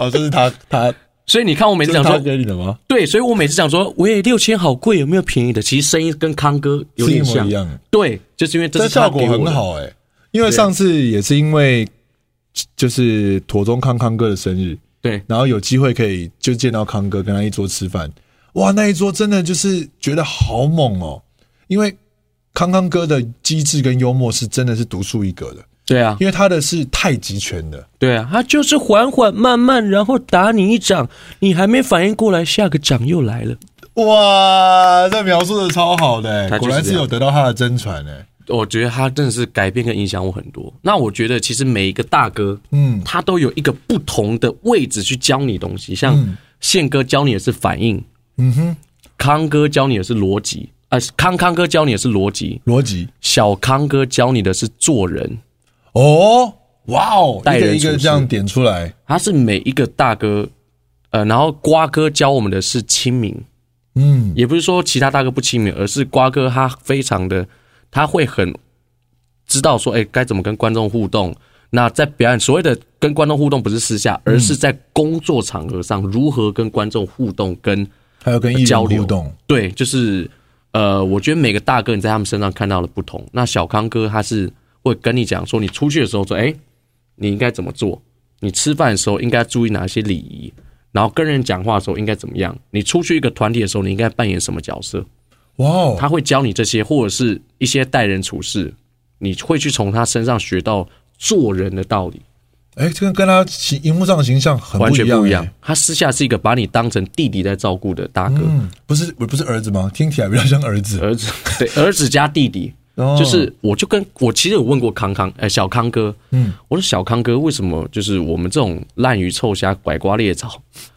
S1: 哦这是他他
S2: 所以你看，我每次讲
S1: 这是
S2: 说
S1: 他，给你的吗？
S2: 对，所以我每次讲说，喂，六千好贵，有没有便宜的？其实声音跟康哥有
S1: 是
S2: 点
S1: 一模
S2: 像
S1: 一样的，
S2: 对，就是因为这
S1: 这
S2: 是他
S1: 效
S2: 给
S1: 果
S2: 我
S1: 很
S2: 的。
S1: 好哎、因为上次也是因为就是妥中康康哥的生日，
S2: 对，
S1: 然后有机会可以就见到康哥，跟他一桌吃饭，哇，那一桌真的就是觉得好猛哦，因为康康哥的机智跟幽默是真的是独树一格的，
S2: 对啊，
S1: 因为他的是太极拳的，
S2: 对啊，他就是缓缓慢慢，然后打你一掌，你还没反应过来，下个掌又来了。
S1: 哇，这描述的超好的、
S2: 他
S1: 欸，果
S2: 就是这样
S1: 然是有得到他的真传哎、
S2: 我觉得他真的是改变跟影响我很多。那我觉得其实每一个大哥，嗯，他都有一个不同的位置去教你东西。像宪哥教你的是反应，嗯哼，康哥教你的是逻辑，啊、康康哥教你的是逻辑，
S1: 逻辑
S2: 小康哥教你的是做人。
S1: 哦，哇哦，
S2: 待
S1: 一个
S2: 人
S1: 一个
S2: 处事
S1: 这样点出来，
S2: 他是每一个大哥，呃，然后瓜哥教我们的是亲民，
S1: 嗯，
S2: 也不是说其他大哥不亲民，而是瓜哥他非常的，他会很知道说，哎、该怎么跟观众互动。那在表演所谓的跟观众互动，不是私下，而是在工作场合上如何跟观众互动，跟
S1: 还有跟艺人
S2: 交流
S1: 互动，
S2: 对，就是呃，我觉得每个大哥你在他们身上看到了不同。那小康哥他是会跟你讲说，你出去的时候说，哎、你应该怎么做？你吃饭的时候应该注意哪些礼仪？然后跟人讲话的时候应该怎么样？你出去一个团体的时候，你应该扮演什么角色？
S1: 哇哦，
S2: 他会教你这些，或者是一些待人处事，你会去从他身上学到做人的道理，
S1: 哎、这个跟他形荧幕上的形象很
S2: 完
S1: 不
S2: 全
S1: 一样、
S2: 不一
S1: 欸
S2: 样。他私下是一个把你当成弟弟在照顾的大哥，
S1: 嗯，不是不是儿子吗？听起来比较像儿子，
S2: 儿子对儿子加弟弟，
S1: 哦
S2: 呃就是我就跟我其实有问过康康，哎、小康哥，嗯，我说小康哥，为什么就是我们这种滥竽臭虾、拐瓜裂枣？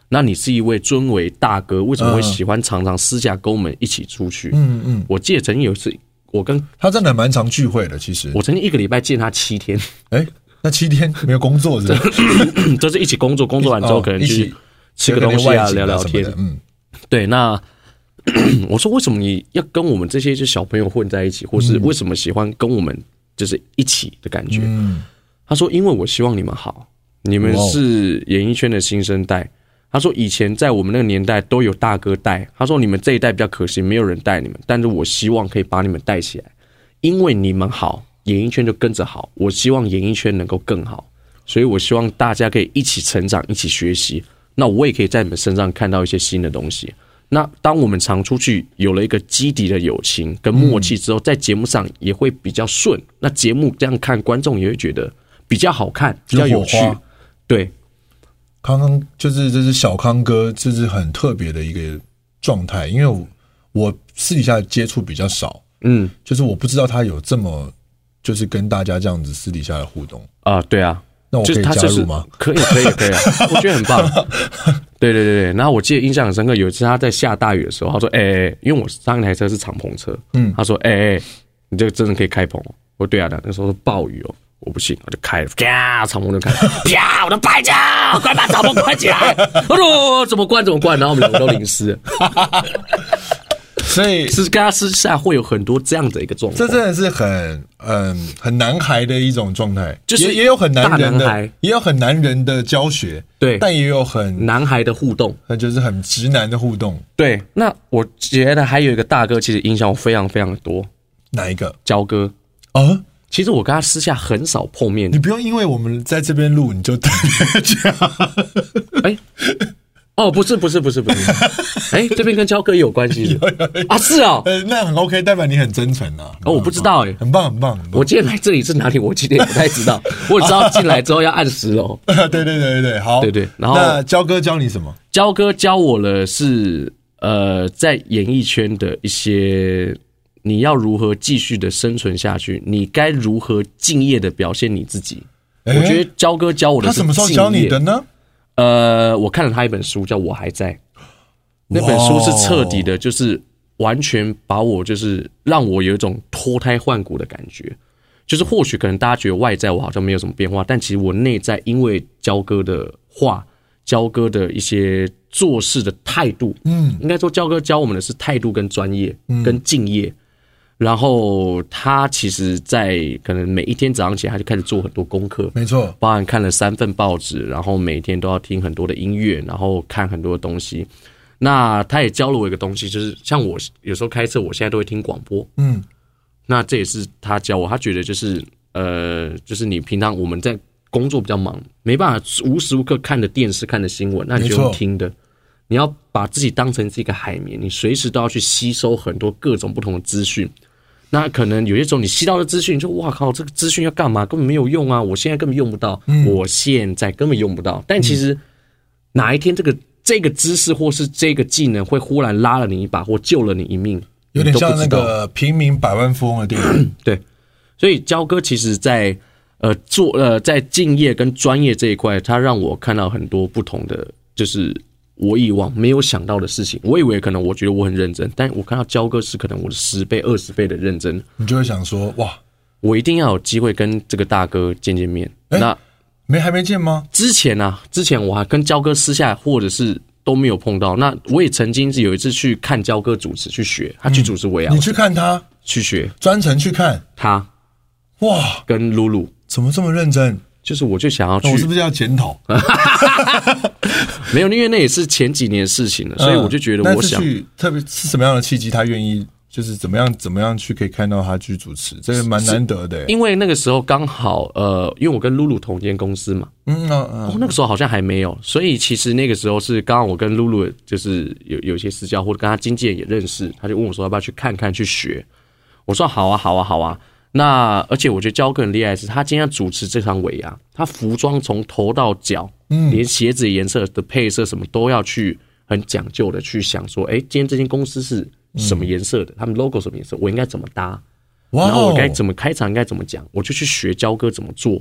S2: 那你是一位尊为大哥，为什么会喜欢常常私下跟我们一起出去？
S1: 嗯嗯，
S2: 我记得曾经有一次，我跟
S1: 他真的蛮常聚会的。其实，
S2: 我曾经一个礼拜见他七天，
S1: 哎、那七天没有工作是不是
S2: 就是一起工作，工作完之后
S1: 哦
S2: 可能
S1: 一
S2: 去
S1: 起
S2: 吃个东西
S1: 有
S2: 啊，
S1: 点外
S2: 聊
S1: 景
S2: 聊
S1: 什么
S2: 天
S1: 的。嗯，
S2: 对，那 我说为什么你要跟我们这些就小朋友混在一起，或
S1: 嗯
S2: 是为什么喜欢跟我们就是一起的感觉？他说因为我希望你们好，你们
S1: 嗯哇哦
S2: 是演艺圈的新生代。他说以前在我们那个年代都有大哥带，他说你们这一代比较可惜，没有人带你们，但是我希望可以把你们带起来，因为你们好，演艺圈就跟着好。我希望演艺圈能够更好，所以我希望大家可以一起成长，一起学习。那我也可以在你们身上看到一些新的东西。那当我们常出去有了一个基底的友情跟默契之后，在节目上也会比较顺。那节目这样看，观众也会觉得比较好看，比较有趣
S1: 有火花。
S2: 对，
S1: 康康就是这是小康哥，这是很特别的一个状态，因为我我私底下接触比较少，
S2: 嗯
S1: 就是我不知道他有这么就是跟大家这样子私底下的互动。
S2: 啊、对啊，
S1: 那我可
S2: 就是
S1: 以
S2: 他
S1: 加
S2: 就是
S1: 入吗？
S2: 可以可以可以，啊 我觉得很棒。对对对对，然后我记得印象很深刻，有一次他在下大雨的时候，他说：“哎、哎哎因为我上一台车是敞篷车，嗯，他说：‘哎、哎、你这个真的可以开篷、哦？’我说：‘对啊，那时候是暴雨哦。’我不信，我就开了，啪，敞篷就开，啪，我的白脚，快把敞篷关起来！我说怎么关怎么关，然后我们两个都淋湿了。
S1: 所以
S2: 是跟他私下会有很多这样的一个状
S1: 这
S2: 况，
S1: 真的是很嗯很男孩的一种状态，
S2: 就是
S1: 也也有很男人
S2: 大男
S1: 的
S2: 孩，
S1: 也有很男人的教学，
S2: 对
S1: 但也有很
S2: 男孩的互动。
S1: 很就是很直男的互动，
S2: 对，那我觉得还有一个大哥，其实影响我非常非常的多，
S1: 哪一个
S2: 焦哥。
S1: 啊？
S2: 其实我跟他私下很少 碰面
S1: 你。不用因为我们在这边录你就特 别讲，
S2: 哎，哦，不是，不是，不是，不 是。哎，这边跟焦哥也有关系是不是啊？是哦，
S1: 呃，那很 OK，代表你很真诚啊。
S2: 哦，我不知道哎。
S1: 很棒，很棒，很棒，
S2: 我今天来这里是哪里？我今天也不太知 道。我只知道进来之后要按哦十楼。
S1: 很棒 对对对对对，好，
S2: 对对然后
S1: 那焦哥教你什么？
S2: 焦哥教我了是呃，在演艺圈的一些你要如何继续的生存下去，你该如何敬业的表现你自己。我
S1: 哎
S2: 觉得焦哥教我的
S1: 他
S2: 是
S1: 什么时候教
S2: 敬
S1: 你
S2: 业
S1: 的呢？
S2: 呃，我看了他一本书，叫《我还在》，那本书是彻底的，就是完全把我就是让我有一种脱胎换骨的感觉。就是或许可能大家觉得外在我好像没有什么变化，但其实我内在因为焦哥的话，焦哥的一些做事的态度，嗯，应该说焦哥教我们的是态度跟专业跟敬业。然后他其实，在可能每一天早上起来，他就开始做很多功课，
S1: 没错，
S2: 包含看了三份报纸，然后每天都要听很多的音乐，然后看很多的东西。那他也教了我一个东西，就是像我有时候开车，我现在都会听广播。
S1: 嗯，
S2: 那这也是他教我，他觉得就是呃，就是你平常我们在工作比较忙，没办法无时无刻看着电视、看着新闻，那你就
S1: 没错
S2: 用听的。你要把自己当成是一个海绵，你随时都要去吸收很多各种不同的资讯。那可能有些时候你吸到的资讯，你就哇靠，这个资讯要干嘛？根本没有用啊！我现在根本用不到，
S1: 嗯
S2: 我现在根本用不到。但其实哪一天这个这个知识或是这个技能会忽然拉了你一把，或救了你一命，
S1: 有点
S2: 你都
S1: 像
S2: 不
S1: 那
S2: 知道
S1: 个平民百万富翁的电 影。
S2: 对，所以焦哥其实在，呃做呃在敬业跟专业这一块，他让我看到很多不同的，就是我以往没有想到的事情。我以为可能我觉得我很认真，但我看到焦哥是可能我的十倍、二十倍的认真。
S1: 你就会想说，哇，
S2: 我一定要有机会跟这个大哥见见面。
S1: 哎
S2: 那
S1: 没还没见吗？
S2: 之前啊，之前我还跟焦哥私下或者是都没有碰到。那我也曾经是有一次去看焦哥主持去学，他去主持维亚、
S1: 你去看他，
S2: 去学
S1: 专程去看，
S2: 他
S1: 哇，
S2: 跟露露，
S1: 怎么这么认真？
S2: 就是我就想要去
S1: 那我是不是要检讨？
S2: 啊没有，因为那也是前几年的事情了，所以我就觉得
S1: 嗯
S2: 我
S1: 那是
S2: 想，
S1: 去特别是什么样的契机，他愿意就是怎么样怎么样去可以看到他去主持，这个蛮难得的欸。
S2: 因为那个时候刚好呃，因为我跟露露同一间公司嘛，
S1: 嗯啊啊，
S2: 哦，那个时候好像还没有，所以其实那个时候是刚好我跟露露就是有有一些私交，或者跟他经纪人也认识，他就问我说要不要去看看去学，我说好啊，好啊，好啊。那而且我觉得焦哥很厉害的是，他今天要主持这场尾牙，他服装从头到脚，嗯，连鞋子的颜色的配色什么都要去很讲究的去想说，哎、今天这间公司是什么颜色的，他们 logo 什么颜色，我应该怎么搭，
S1: 哇
S2: 然后
S1: 哦
S2: 我，该怎么开场，应该怎么讲，我就去学焦哥怎么做。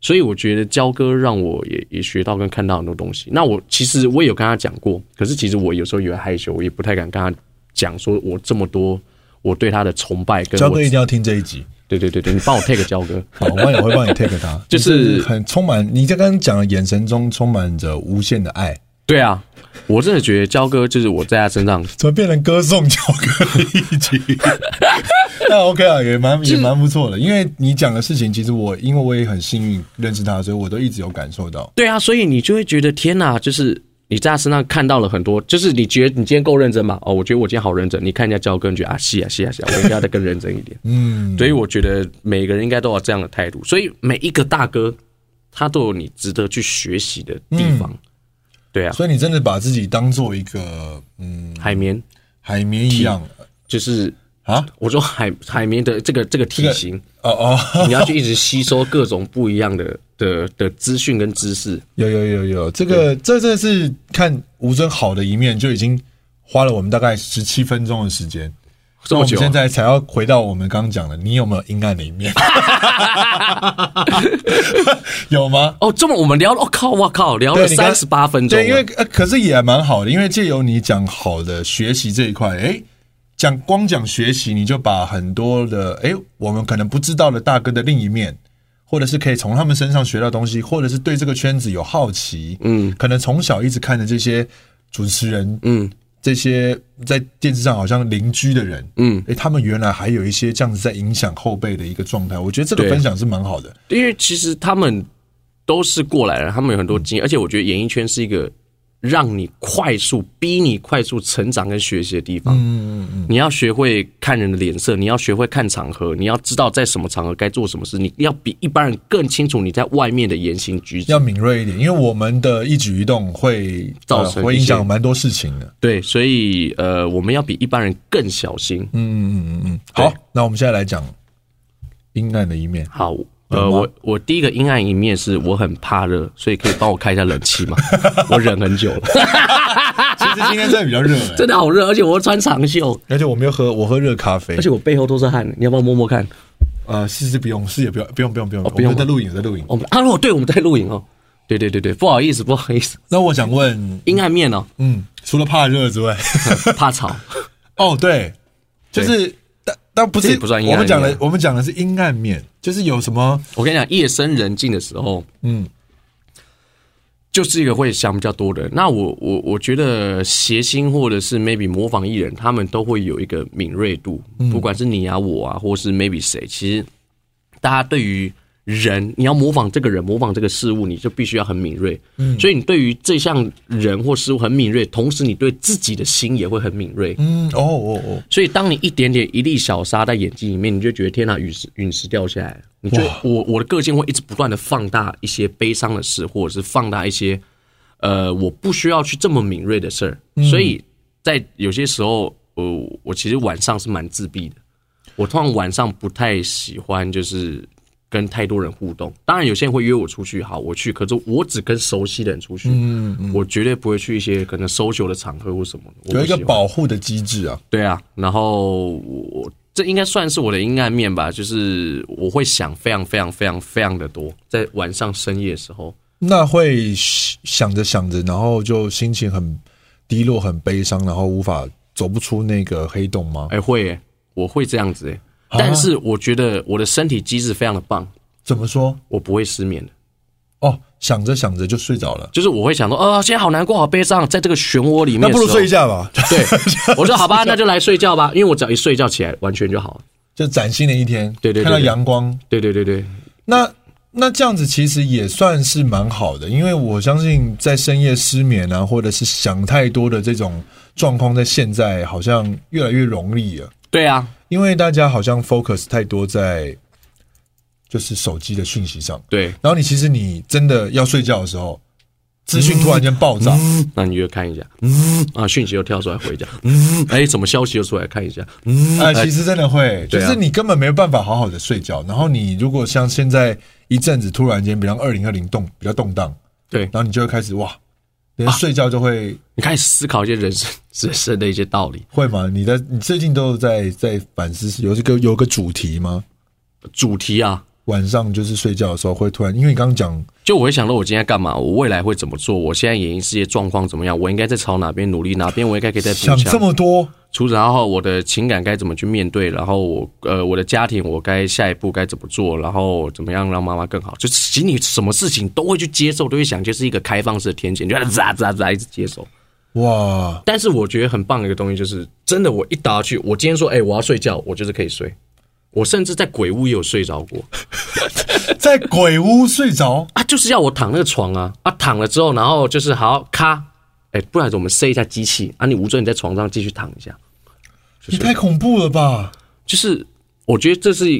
S2: 所以我觉得焦哥让我也也学到跟看到很多东西。那我其实我也有跟他讲过，可是其实我有时候也会害羞，我也不太敢跟他讲，说我这么多我对他的崇拜跟
S1: 焦
S2: 我
S1: 哥一定要听这一集，
S2: 对对对对，你帮我 take 焦哥。
S1: 好，我也会帮你 take 他，
S2: 就是
S1: 你很充满你在刚刚讲的眼神中充满着无限的爱，
S2: 对啊，我真的觉得焦哥就是我在他身上，
S1: 怎么变成歌颂焦哥的一 集？那 OK 啊，也蛮也蛮不错的，因为你讲的事情，其实我因为我也很幸运认识他，所以我都一直有感受到。
S2: 对啊，所以你就会觉得天哪，就是你在他身上看到了很多，就是你觉得你今天够认真吗？哦，我觉得我今天好认真。你看一下焦哥，你觉得啊，是啊是啊是啊，我应该再更认真一点。
S1: 嗯，
S2: 所以我觉得每个人应该都有这样的态度。所以每一个大哥，他都有你值得去学习的地方。对啊，
S1: 嗯所以你真的把自己当做一个嗯
S2: 海绵
S1: 海绵一样
S2: 嗯就是
S1: 啊？
S2: 我说海海绵的这个这个体型，
S1: 哦哦，
S2: 你要去一直吸收各种不一样的的的资讯跟知识。
S1: 有有有有，这个这这是看吴尊好的一面，就已经花了我们大概十七分钟的时间。
S2: 这么久
S1: 那我们
S2: 啊
S1: 现在才要回到我们刚刚讲的，你有没有阴暗的一 面？有吗？
S2: 哦，这么我们聊了，我、靠，我靠，聊了
S1: 对你刚
S2: 三十八分钟了，
S1: 对，因为呃，可是也蛮好的，因为借由你讲好的学习这一块，诶，讲光讲学习，你就把很多的诶，我们可能不知道的大哥的另一面，或者是可以从他们身上学到东西，或者是对这个圈子有好奇，嗯，可能从小一直看着这些主持人，嗯，这些在电视上好像邻居的人，嗯，诶，他们原来还有一些这样子在影响后辈的一个状态，我觉得这个
S2: 对
S1: 分享是蛮好的，
S2: 因为其实他们都是过来人，他们有很多经验，而且我觉得演艺圈是一个让你快速、逼你快速成长跟学习的地方。嗯嗯嗯，你要学会看人的脸色，你要学会看场合，你要知道在什么场合该做什么事，你要比一般人更清楚你在外面的言行举止。
S1: 要敏锐一点，因为我们的一举一动会
S2: 造成
S1: 呃、会
S2: 一
S1: 影
S2: 些
S1: 响蛮多事情的。
S2: 对，所以呃，我们要比一般人更小心。嗯，
S1: 好，那我们现在来讲阴暗的一 面。
S2: 好。呃，我我第一个阴暗一面是我很怕热，所以可以帮我开一下冷气 吗？我忍很久了，
S1: 其实今天真的比较热、欸，
S2: 真的好热，而且我又穿长袖，
S1: 而且我没有喝，我喝热咖啡
S2: 而。且我背后都是汗，你要不要摸摸看？
S1: 呃，是是不用，是也不用，不用不用不用，
S2: 哦不用
S1: 我们在录影我在录影。
S2: 我们啊，哦，对，我们在录影哦。对对对对，不好意思，不好意思，
S1: 那我想问，
S2: 阴暗面哦，
S1: 嗯，除了怕热之外，
S2: 怕吵。
S1: 哦对，就是但但不
S2: 这
S1: 是
S2: 也不算阴
S1: 我
S2: 暗
S1: 们
S2: 面啊
S1: 讲的，我们讲的是阴暗面，就是有什么
S2: 我跟你讲，夜深人静的时候，
S1: 嗯，
S2: 就是一个会想比较多的人。那我我我觉得谐星或者是 maybe 模仿艺人，他们都会有一个敏锐度，不管是你啊我啊，或是 maybe 谁，其实大家对于人，你要模仿这个人，模仿这个事物，你就必须要很敏锐。所以你对于这项人或事物很敏锐，同时你对自己的心也会很敏锐。
S1: 嗯，哦哦哦，
S2: 所以，当你一点点一粒小沙在眼睛里面，你就觉得天哪，陨石陨石掉下来了。你就我我的个性会一直不断的放大一些悲伤的事，或者是放大一些呃我不需要去这么敏锐的事儿。
S1: 嗯
S2: 所以在有些时候，呃，我其实晚上是蛮自闭的。我通常晚上不太喜欢就是跟太多人互动。当然，有些人会约我出去，好，我去。可是我只跟熟悉的人出去，
S1: 嗯
S2: 我绝对不会去一些可能 social 的场合或什么的。我不
S1: 有一个
S2: 喜欢
S1: 保护的机制啊。
S2: 对啊，然后我这应该算是我的阴暗面吧，就是我会想非常非常非常非常的多，在晚上深夜的时候，
S1: 那会想着想着，然后就心情很低落、很悲伤，然后无法走不出那个黑洞吗？
S2: 哎、会耶、我会这样子、欸，但是我觉得我的身体机制非常的棒，
S1: 怎么说？
S2: 我不会失眠的，
S1: 哦，想着想着就睡着了，
S2: 就是我会想说，啊、现在好难过，好悲伤，在这个漩涡里面，
S1: 那哦不如睡一。下吧，
S2: 对，我说好吧，那就来睡觉吧，因为我只要一睡觉起来，完全就好了。
S1: 就崭新的一天，
S2: 对对对
S1: 看到
S2: 对
S1: 阳光，
S2: 对对对对，
S1: 那那这样子其实也算是蛮好的，因为我相信在深夜失眠啊，或者是想太多的这种状况，在现在好像越来越容易了，
S2: 对啊，
S1: 因为大家好像 focus 太多在就是手机的讯息上，
S2: 对，
S1: 然后你其实你真的要睡觉的时候，资讯突然间爆炸，
S2: 那你约看一下，嗯啊，讯息又跳出来回一下，嗯，哎，什么消息又出来看一下，嗯，
S1: 啊、其实真的会，就
S2: 对啊
S1: 是你根本没有办法好好的睡觉。然后你如果像现在一阵子突然间，比方二零二零动比较动荡，
S2: 对，啊
S1: 然后你就会开始哇，连睡觉就会、
S2: 你开始思考一些人生 人生的一些道理。
S1: 会吗？你的你最近都有在在反思，有这个有个主题吗？
S2: 主题啊，
S1: 晚上就是睡觉的时候会突然，因为你刚刚讲
S2: 就我会想到我今天干嘛，我未来会怎么做，我现在演艺事业状况怎么样，我应该在朝哪边努力，哪边我应该可以再
S1: 想
S2: 补
S1: 这
S2: 强。
S1: 么多，
S2: 除此然后，我的情感该怎么去面对，然后我呃我的家庭我该下一步该怎么做，然后怎么样让妈妈更好，就是其实你什么事情都会去接受，都会想，就是一个开放式的天线，就咋咋咋一直接受。
S1: 哇，
S2: 但是我觉得很棒的一个东西就是，真的我一打下去，我今天说，哎、我要睡觉，我就是可以睡。我甚至在鬼屋也有睡着过
S1: 在鬼屋睡着，
S2: 啊，就是要我躺那个床啊啊，躺了之后，然后就是好咔，哎、不然我们塞一下机器啊，你无罪你在床上继续躺一下，
S1: 你太恐怖了吧！
S2: 就是我觉得这是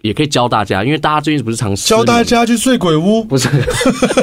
S2: 也可以教大家，因为大家最近不是常失
S1: 教
S2: 眠
S1: 大家去睡鬼屋，
S2: 不是，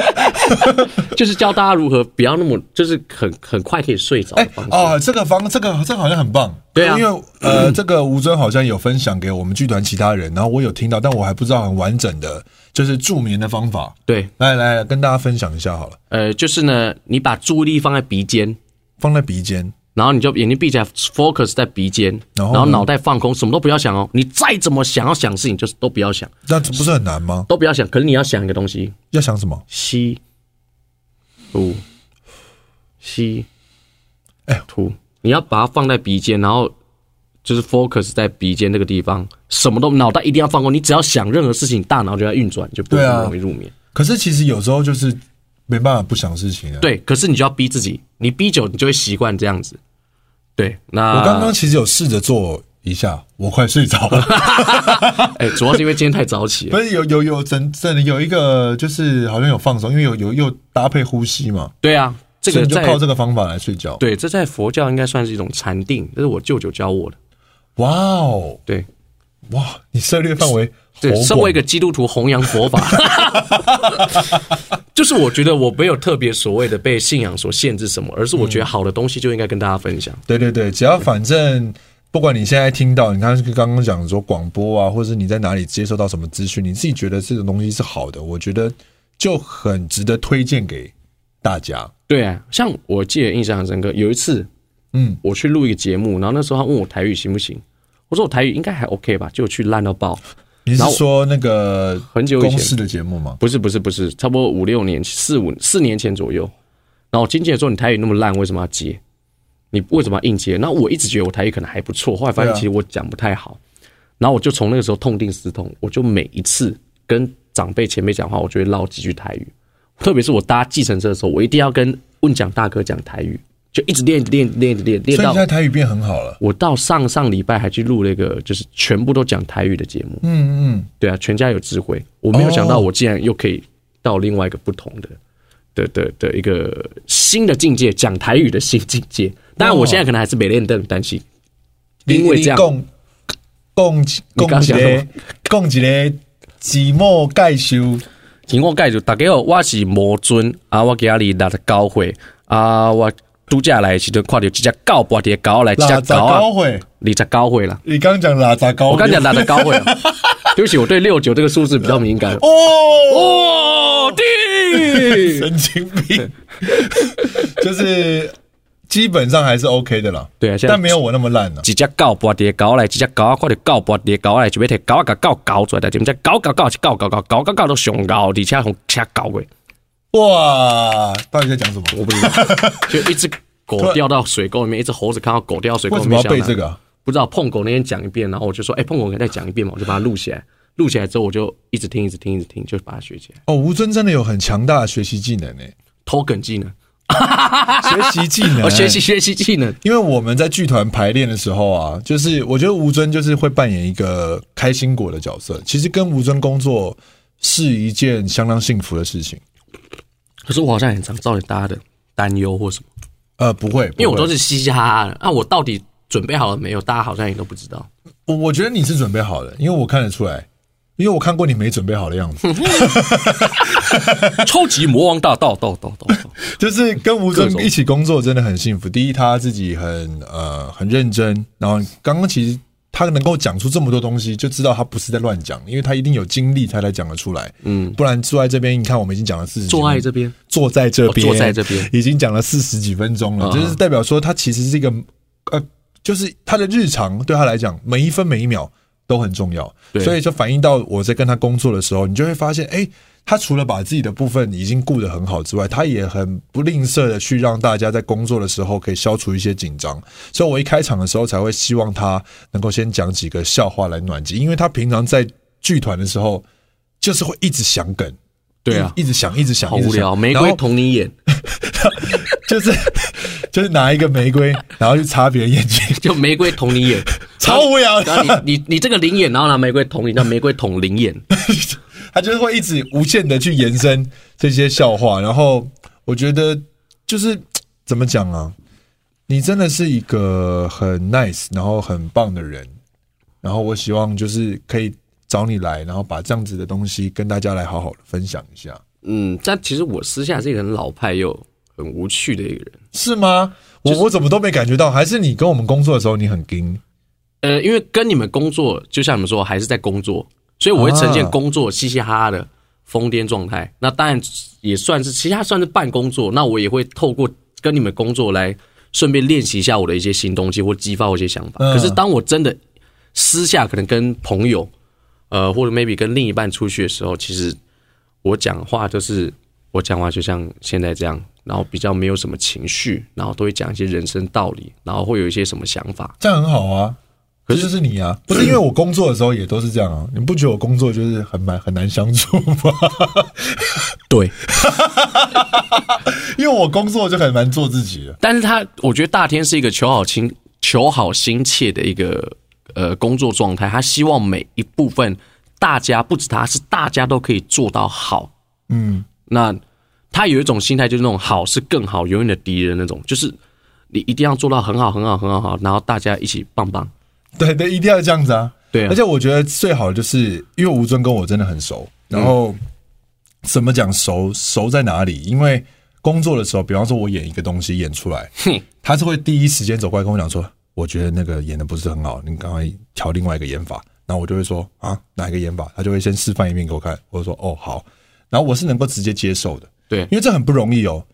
S2: 就是教大家如何不要那么就是很很快可以睡着的
S1: 哎
S2: 方式。
S1: 哦，这个方这个这个好像很棒，
S2: 对啊
S1: 因为 呃，这个吴尊好像有分享给我们剧团其他人，然后我有听到，但我还不知道很完整的，就是助眠的方法。
S2: 对，
S1: 来来，来跟大家分享一下好了，
S2: 呃，就是呢，你把注意力放在鼻尖，
S1: 放在鼻尖，
S2: 然后你就眼睛闭起来，focus 在鼻尖，
S1: 然
S2: 然
S1: 后
S2: 后
S1: 呢
S2: 脑袋放空，什么都不要想哦。你再怎么想要想的事情，就是都不要想，
S1: 那这不是很难吗？
S2: 都不要想。可是你要想一个东西，
S1: 要想什么？
S2: 吸，吐，吸，
S1: 哎
S2: 吐，你要把它放在鼻尖，然后就是 focus 在鼻尖这个地方，什么都脑袋一定要放空。你只要想任何事情，大脑就在运转，就不会
S1: 对啊
S2: 容易入眠。
S1: 可是其实有时候就是没办法不想事情啊。，
S2: 对，可是你就要逼自己，你逼久，你就会习惯这样子。对，那
S1: 我刚刚其实有试着做一下，我快睡着 了。
S2: 哎、主要是因为今天太早 起了
S1: 不。是有有有真真的有一个就是好像有放松，因为有有又搭配呼吸嘛，
S2: 对啊，这
S1: 所以
S2: 个
S1: 你就
S2: 在
S1: 靠这个方法来睡觉。
S2: 对，这在佛教应该算是一种禅定，这是我舅舅教我的。
S1: 哇哦，
S2: 对
S1: 哇，你涉猎范围好
S2: 对，身为
S1: 广
S2: 一个基督徒，弘扬佛法， 就是我觉得我没有特别所谓的被信仰所限制什么，而是我觉得好的东西就应该跟大家分享。
S1: 对对对，只要反正 不管你现在听到，你刚刚刚讲说广播啊，或者是你在哪里接受到什么资讯，你自己觉得这种东西是好的，我觉得就很值得推荐给大家。
S2: 对啊，像我记得印象很深刻，有一次，
S1: 嗯，
S2: 我去录一个节目，然后那时候他问我台语行不行，我说我台语应该还 OK 吧，就去烂到爆。
S1: 你是
S2: 然后
S1: 说那个
S2: 很久以前
S1: 公司的节目吗？
S2: 不是不是不是，差不多五六年四五四年前左右。然后我经纪人说你台语那么烂，为什么要接？你为什么要硬接？那我一直觉得我台语可能还不错，后来发现
S1: 对啊
S2: 其实我讲不太好。然后我就从那个时候痛定思痛，我就每一次跟长辈前辈讲话，我就会唠几句台语。特别是我搭计程车的时候，我一定要跟问讲大哥讲台语，就一直练，一直练，一直练，一直练，练
S1: 所以
S2: 到
S1: 你现在台语变很好了。
S2: 我到上上礼拜还去录了一个，就是全部都讲台语的节目。
S1: 嗯嗯，
S2: 对啊，全家有智慧，我没有想到
S1: 哦
S2: 我竟然又可以到另外一个不同的的的的一个新的境界，讲台语的新境界。当然，我现在可能还是没练凳，但是因为这样
S1: 你共共
S2: 你刚
S1: 共一
S2: 想什
S1: 个共一个寂寞盖修，
S2: 情况介就大家好，我是魔尊啊，我今日六十九岁啊，我度假来的时阵看到一只狗跋伫狗来，一
S1: 拉
S2: 只
S1: 杂
S2: 狗啊，
S1: 高会。
S2: 二十九岁啦。
S1: 你刚讲拉杂高，
S2: 我刚讲六十九岁啊，对不起，我对六九这个数字比较敏感。
S1: 哦，
S2: 哦， 弟，
S1: 神经病， 就是基本上还是 OK 的啦。
S2: 对啊现在
S1: 但没有我那么烂了。
S2: 一只狗跋伫狗来，一只狗啊，看到狗跋伫狗来，就要摕狗甲狗搞出来，但是毋知狗搞搞是狗搞搞狗搞搞都上咬，而且互车搞过，
S1: 哇，到底在讲什么？
S2: 我不知道，就一只狗掉到水沟里面，一只猴子看到狗掉到水沟
S1: 为
S2: 里
S1: 什么要
S2: 面，想
S1: 背
S2: 拿
S1: 这个啊？
S2: 不知道碰狗那天讲一遍，然后我就说，哎、碰狗可以再讲一遍嘛，我就把它录起来。录起来之后，我就一直听，一直听，一直听，就把它学起来。
S1: 哦，吴尊真的有很强大的学习 技能诶、
S2: 偷梗技能，
S1: 学习技能、
S2: 我、哦学习学习技能，
S1: 因为我们在剧团排练的时候啊，就是我觉得吴尊就是会扮演一个开心果的角色。其实跟吴尊工作是一件相当幸福的事情。
S2: 可是我好像很常造成大家的担忧或什么，
S1: 呃，不会，不会
S2: 因为我都是嘻嘻哈哈的，那、我到底准备好了没有？大家好像也都不知道。
S1: 我我觉得你是准备好的，因为我看得出来，因为我看过你没准备好的样子，
S2: 超级魔王大道，道道道道，
S1: 就是跟吴尊
S2: 各种
S1: 一起工作真的很幸福。第一，他自己很呃很认真，然后刚刚其实他能够讲出这么多东西，就知道他不是在乱讲，因为他一定有经历他才讲得出来。嗯，不然坐在这边，你看我们已经讲了四十，
S2: 做爱这边
S1: 坐在这边，
S2: 哦坐在这边
S1: 已经讲了四十几分钟了，
S2: 嗯
S1: 就是代表说他其实是一个呃，就是他的日常对他来讲，每一分每一秒都很重要，
S2: 对
S1: 所以就反映到我在跟他工作的时候，你就会发现，哎、他除了把自己的部分已经顾得很好之外，他也很不吝啬的去让大家在工作的时候可以消除一些紧张。所以我一开场的时候才会希望他能够先讲几个笑话来暖机，因为他平常在剧团的时候就是会一直想梗，
S2: 对啊
S1: 一，一直想，一直想，
S2: 好
S1: 一直
S2: 无
S1: 想
S2: 聊。玫
S1: 然
S2: 瑰
S1: 后
S2: 同你演，
S1: 就是 就是拿一个玫瑰，然后去擦别人眼睛，
S2: 就玫瑰同你演，
S1: 超无聊
S2: 然后
S1: 的。
S2: 你你你这个灵眼，然后拿玫瑰捅你，叫玫瑰捅灵眼，
S1: 他就是会一直无限的去延伸这些笑话，然后我觉得就是怎么讲啊，你真的是一个很 nice，然后很棒的人，然后我希望就是可以找你来，然后把这样子的东西跟大家来好好的分享一下，
S2: 嗯，但其实我私下是一个很老派又很无趣的一个人。
S1: 是吗？我、我怎么都没感觉到，还是你跟我们工作的时候你很硬？
S2: 呃，因为跟你们工作，就像你们说，还是在工作，所以我会呈现
S1: 啊
S2: 工作嘻嘻哈哈的疯癫状态。那当然也算是，其实它算是半工作。那我也会透过跟你们工作来顺便练习一下我的一些新东西，或激发我一些想法。
S1: 嗯
S2: 可是当我真的私下可能跟朋友，呃，或者 maybe 跟另一半出去呃的时候，其实我讲话就是我讲话就像现在这样，然后比较没有什么情绪，然后都会讲一些人生道理，然后会有一些什么想法。
S1: 这样很好啊。可是就是你啊，不是因为我工作的时候也都是这样 啊？你不觉得我工作就是很难很难相处吗？
S2: 对。
S1: 因为我工作就很难做自己了。
S2: 但是他，我觉得大天是一个求好心、求好心切的一个呃工作状态，他希望每一部分大家不止他是大家都可以做到好。
S1: 嗯，
S2: 那他有一种心态，就是那种好是更好，永远的敌人那种，就是你一定要做到很好、很好、很好、好，然后大家一起棒棒。
S1: 对对，一定要这样子啊。
S2: 对啊
S1: 而且我觉得最好的就是因为吴尊跟我真的很熟，然后
S2: 嗯
S1: 怎么讲熟熟在哪里？因为工作的时候，比方说我演一个东西演出来，
S2: 哼，
S1: 他是会第一时间走过来跟我讲说，我觉得那个演的不是很好，你赶快调另外一个演法。然后我就会说啊，哪一个演法？他就会先示范一遍给我看，我就说哦好。然后我是能够直接接受的，
S2: 对
S1: 因为这很不容易哦。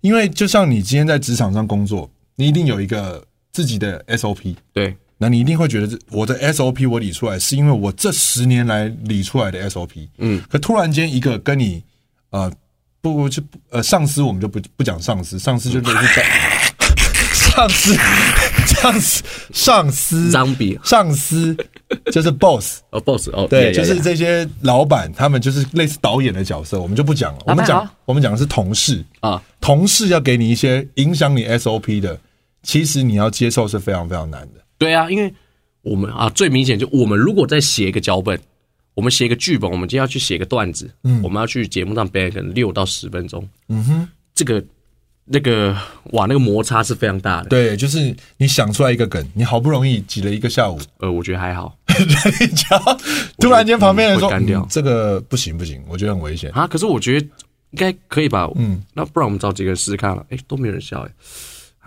S1: 因为就像你今天在职场上工作，你一定有一个自己的 SOP，
S2: 对，
S1: 那你一定会觉得这我的 SOP 我理出来是因为我这十年来理出来的 SOP，嗯，可突然间一个跟你呃不就 呃上司我们就不不讲上司，上司就类似在上司上司上司
S2: 脏笔
S1: 上司就是 boss，
S2: 哦，boss 哦，
S1: 对，
S2: 呀呀
S1: 就是
S2: 呀
S1: 这些老板，他们就是类似导演的角色，我们就不讲了。我们
S2: 老板哦
S1: 讲
S2: 好
S1: 我们讲的是同事
S2: 啊，
S1: 同事要给你一些影响你 SOP 的，其实你要接受是非常非常难的。
S2: 对啊，因为我们啊，最明显就我们如果在写一个脚本，我们写一个剧本，我们今天要去写一个段子，嗯，我们要去节目上表演可能六到十分钟，嗯哼，这个那个哇，那个摩擦是非常大的。
S1: 对，就是你想出来一个梗，你好不容易挤了一个下午，
S2: 呃，我觉得还好
S1: 你只要突然间旁边人说、
S2: 会干掉
S1: 嗯这个不行不行，我觉得很危险。
S2: 啊，可是我觉得应该可以吧，嗯，那不然我们找几个人试试看了，哎，都没有人笑哎，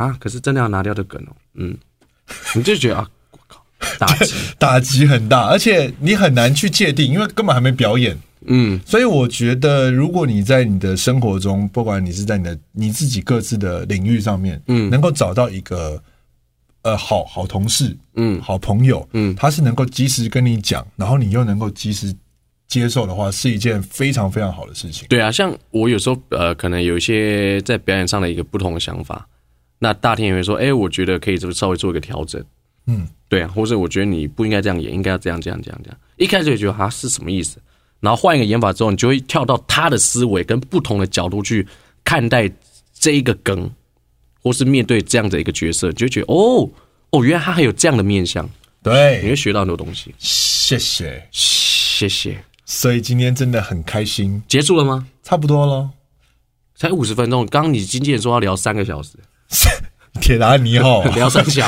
S2: 啊，可是真的要拿掉的梗哦，嗯，你就觉得啊，我靠，打 击，
S1: 打击很大，而且你很难去界定，因为根本还没表演。
S2: 嗯，
S1: 所以我觉得，如果你在你的生活中，不管你是在你的你自己各自的领域上面，嗯，能够找到一个呃好好同事，嗯，好朋友，嗯，他是能够及时跟你讲，然后你又能够及时接受的话，是一件非常非常好的事情。
S2: 对啊，像我有时候呃，可能有一些在表演上的一个不同的想法，那大天也会说，哎、我觉得可以就稍微做一个调整，
S1: 嗯，
S2: 对啊，或者我觉得你不应该这样演，应该要这样这样这样这样。一开始也觉得啊是什么意思，然后换一个演法之后，你就会跳到他的思维跟不同的角度去看待这一个梗，或是面对这样的一个角色，你就会觉得哦哦，原来他还有这样的面相，你
S1: 对，
S2: 会学到很多东西。
S1: 谢谢。
S2: 谢谢，
S1: 所以今天真的很开心，
S2: 结束了吗？
S1: 差不多了。
S2: 才五十分钟，刚刚你经纪人说要聊三个小时。
S1: 铁达尼号，
S2: 聊三 小，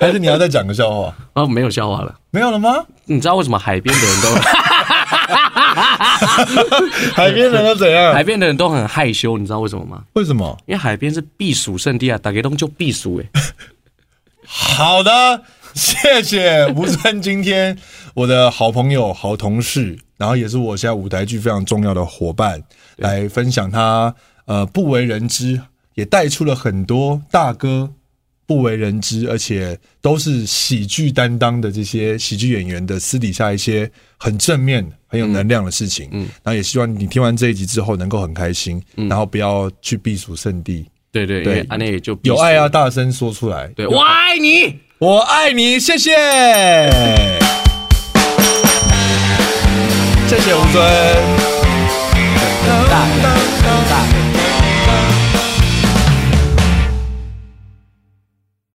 S1: 还是你要再讲个笑话？
S2: 然后哦没有笑话了。
S1: 没有了吗？
S2: 你知道为什么海边的人 都
S1: 海边人都怎样？
S2: 海边的人都很害羞？你知道为什么吗？
S1: 为什么？
S2: 因为海边是避暑圣地啊，打给东就避暑哎、
S1: 好的， 谢谢吴尊，今天我的好朋友、好同事，然后也是我现在舞台剧非常重要的伙伴，来分享他呃不为人知，也带出了很多大哥不为人知，而且都是喜剧担当的这些喜剧演员的私底下一些很正面、很有能量的事情。嗯，然后也希望你听完这一集之后能够很开心，然后不要去避暑圣地。
S2: 对对，因
S1: 对
S2: 为啊安内也就避暑
S1: 有爱要，啊大声说出来，
S2: 对，我爱你。
S1: 我爱你，谢谢，谢谢吴尊。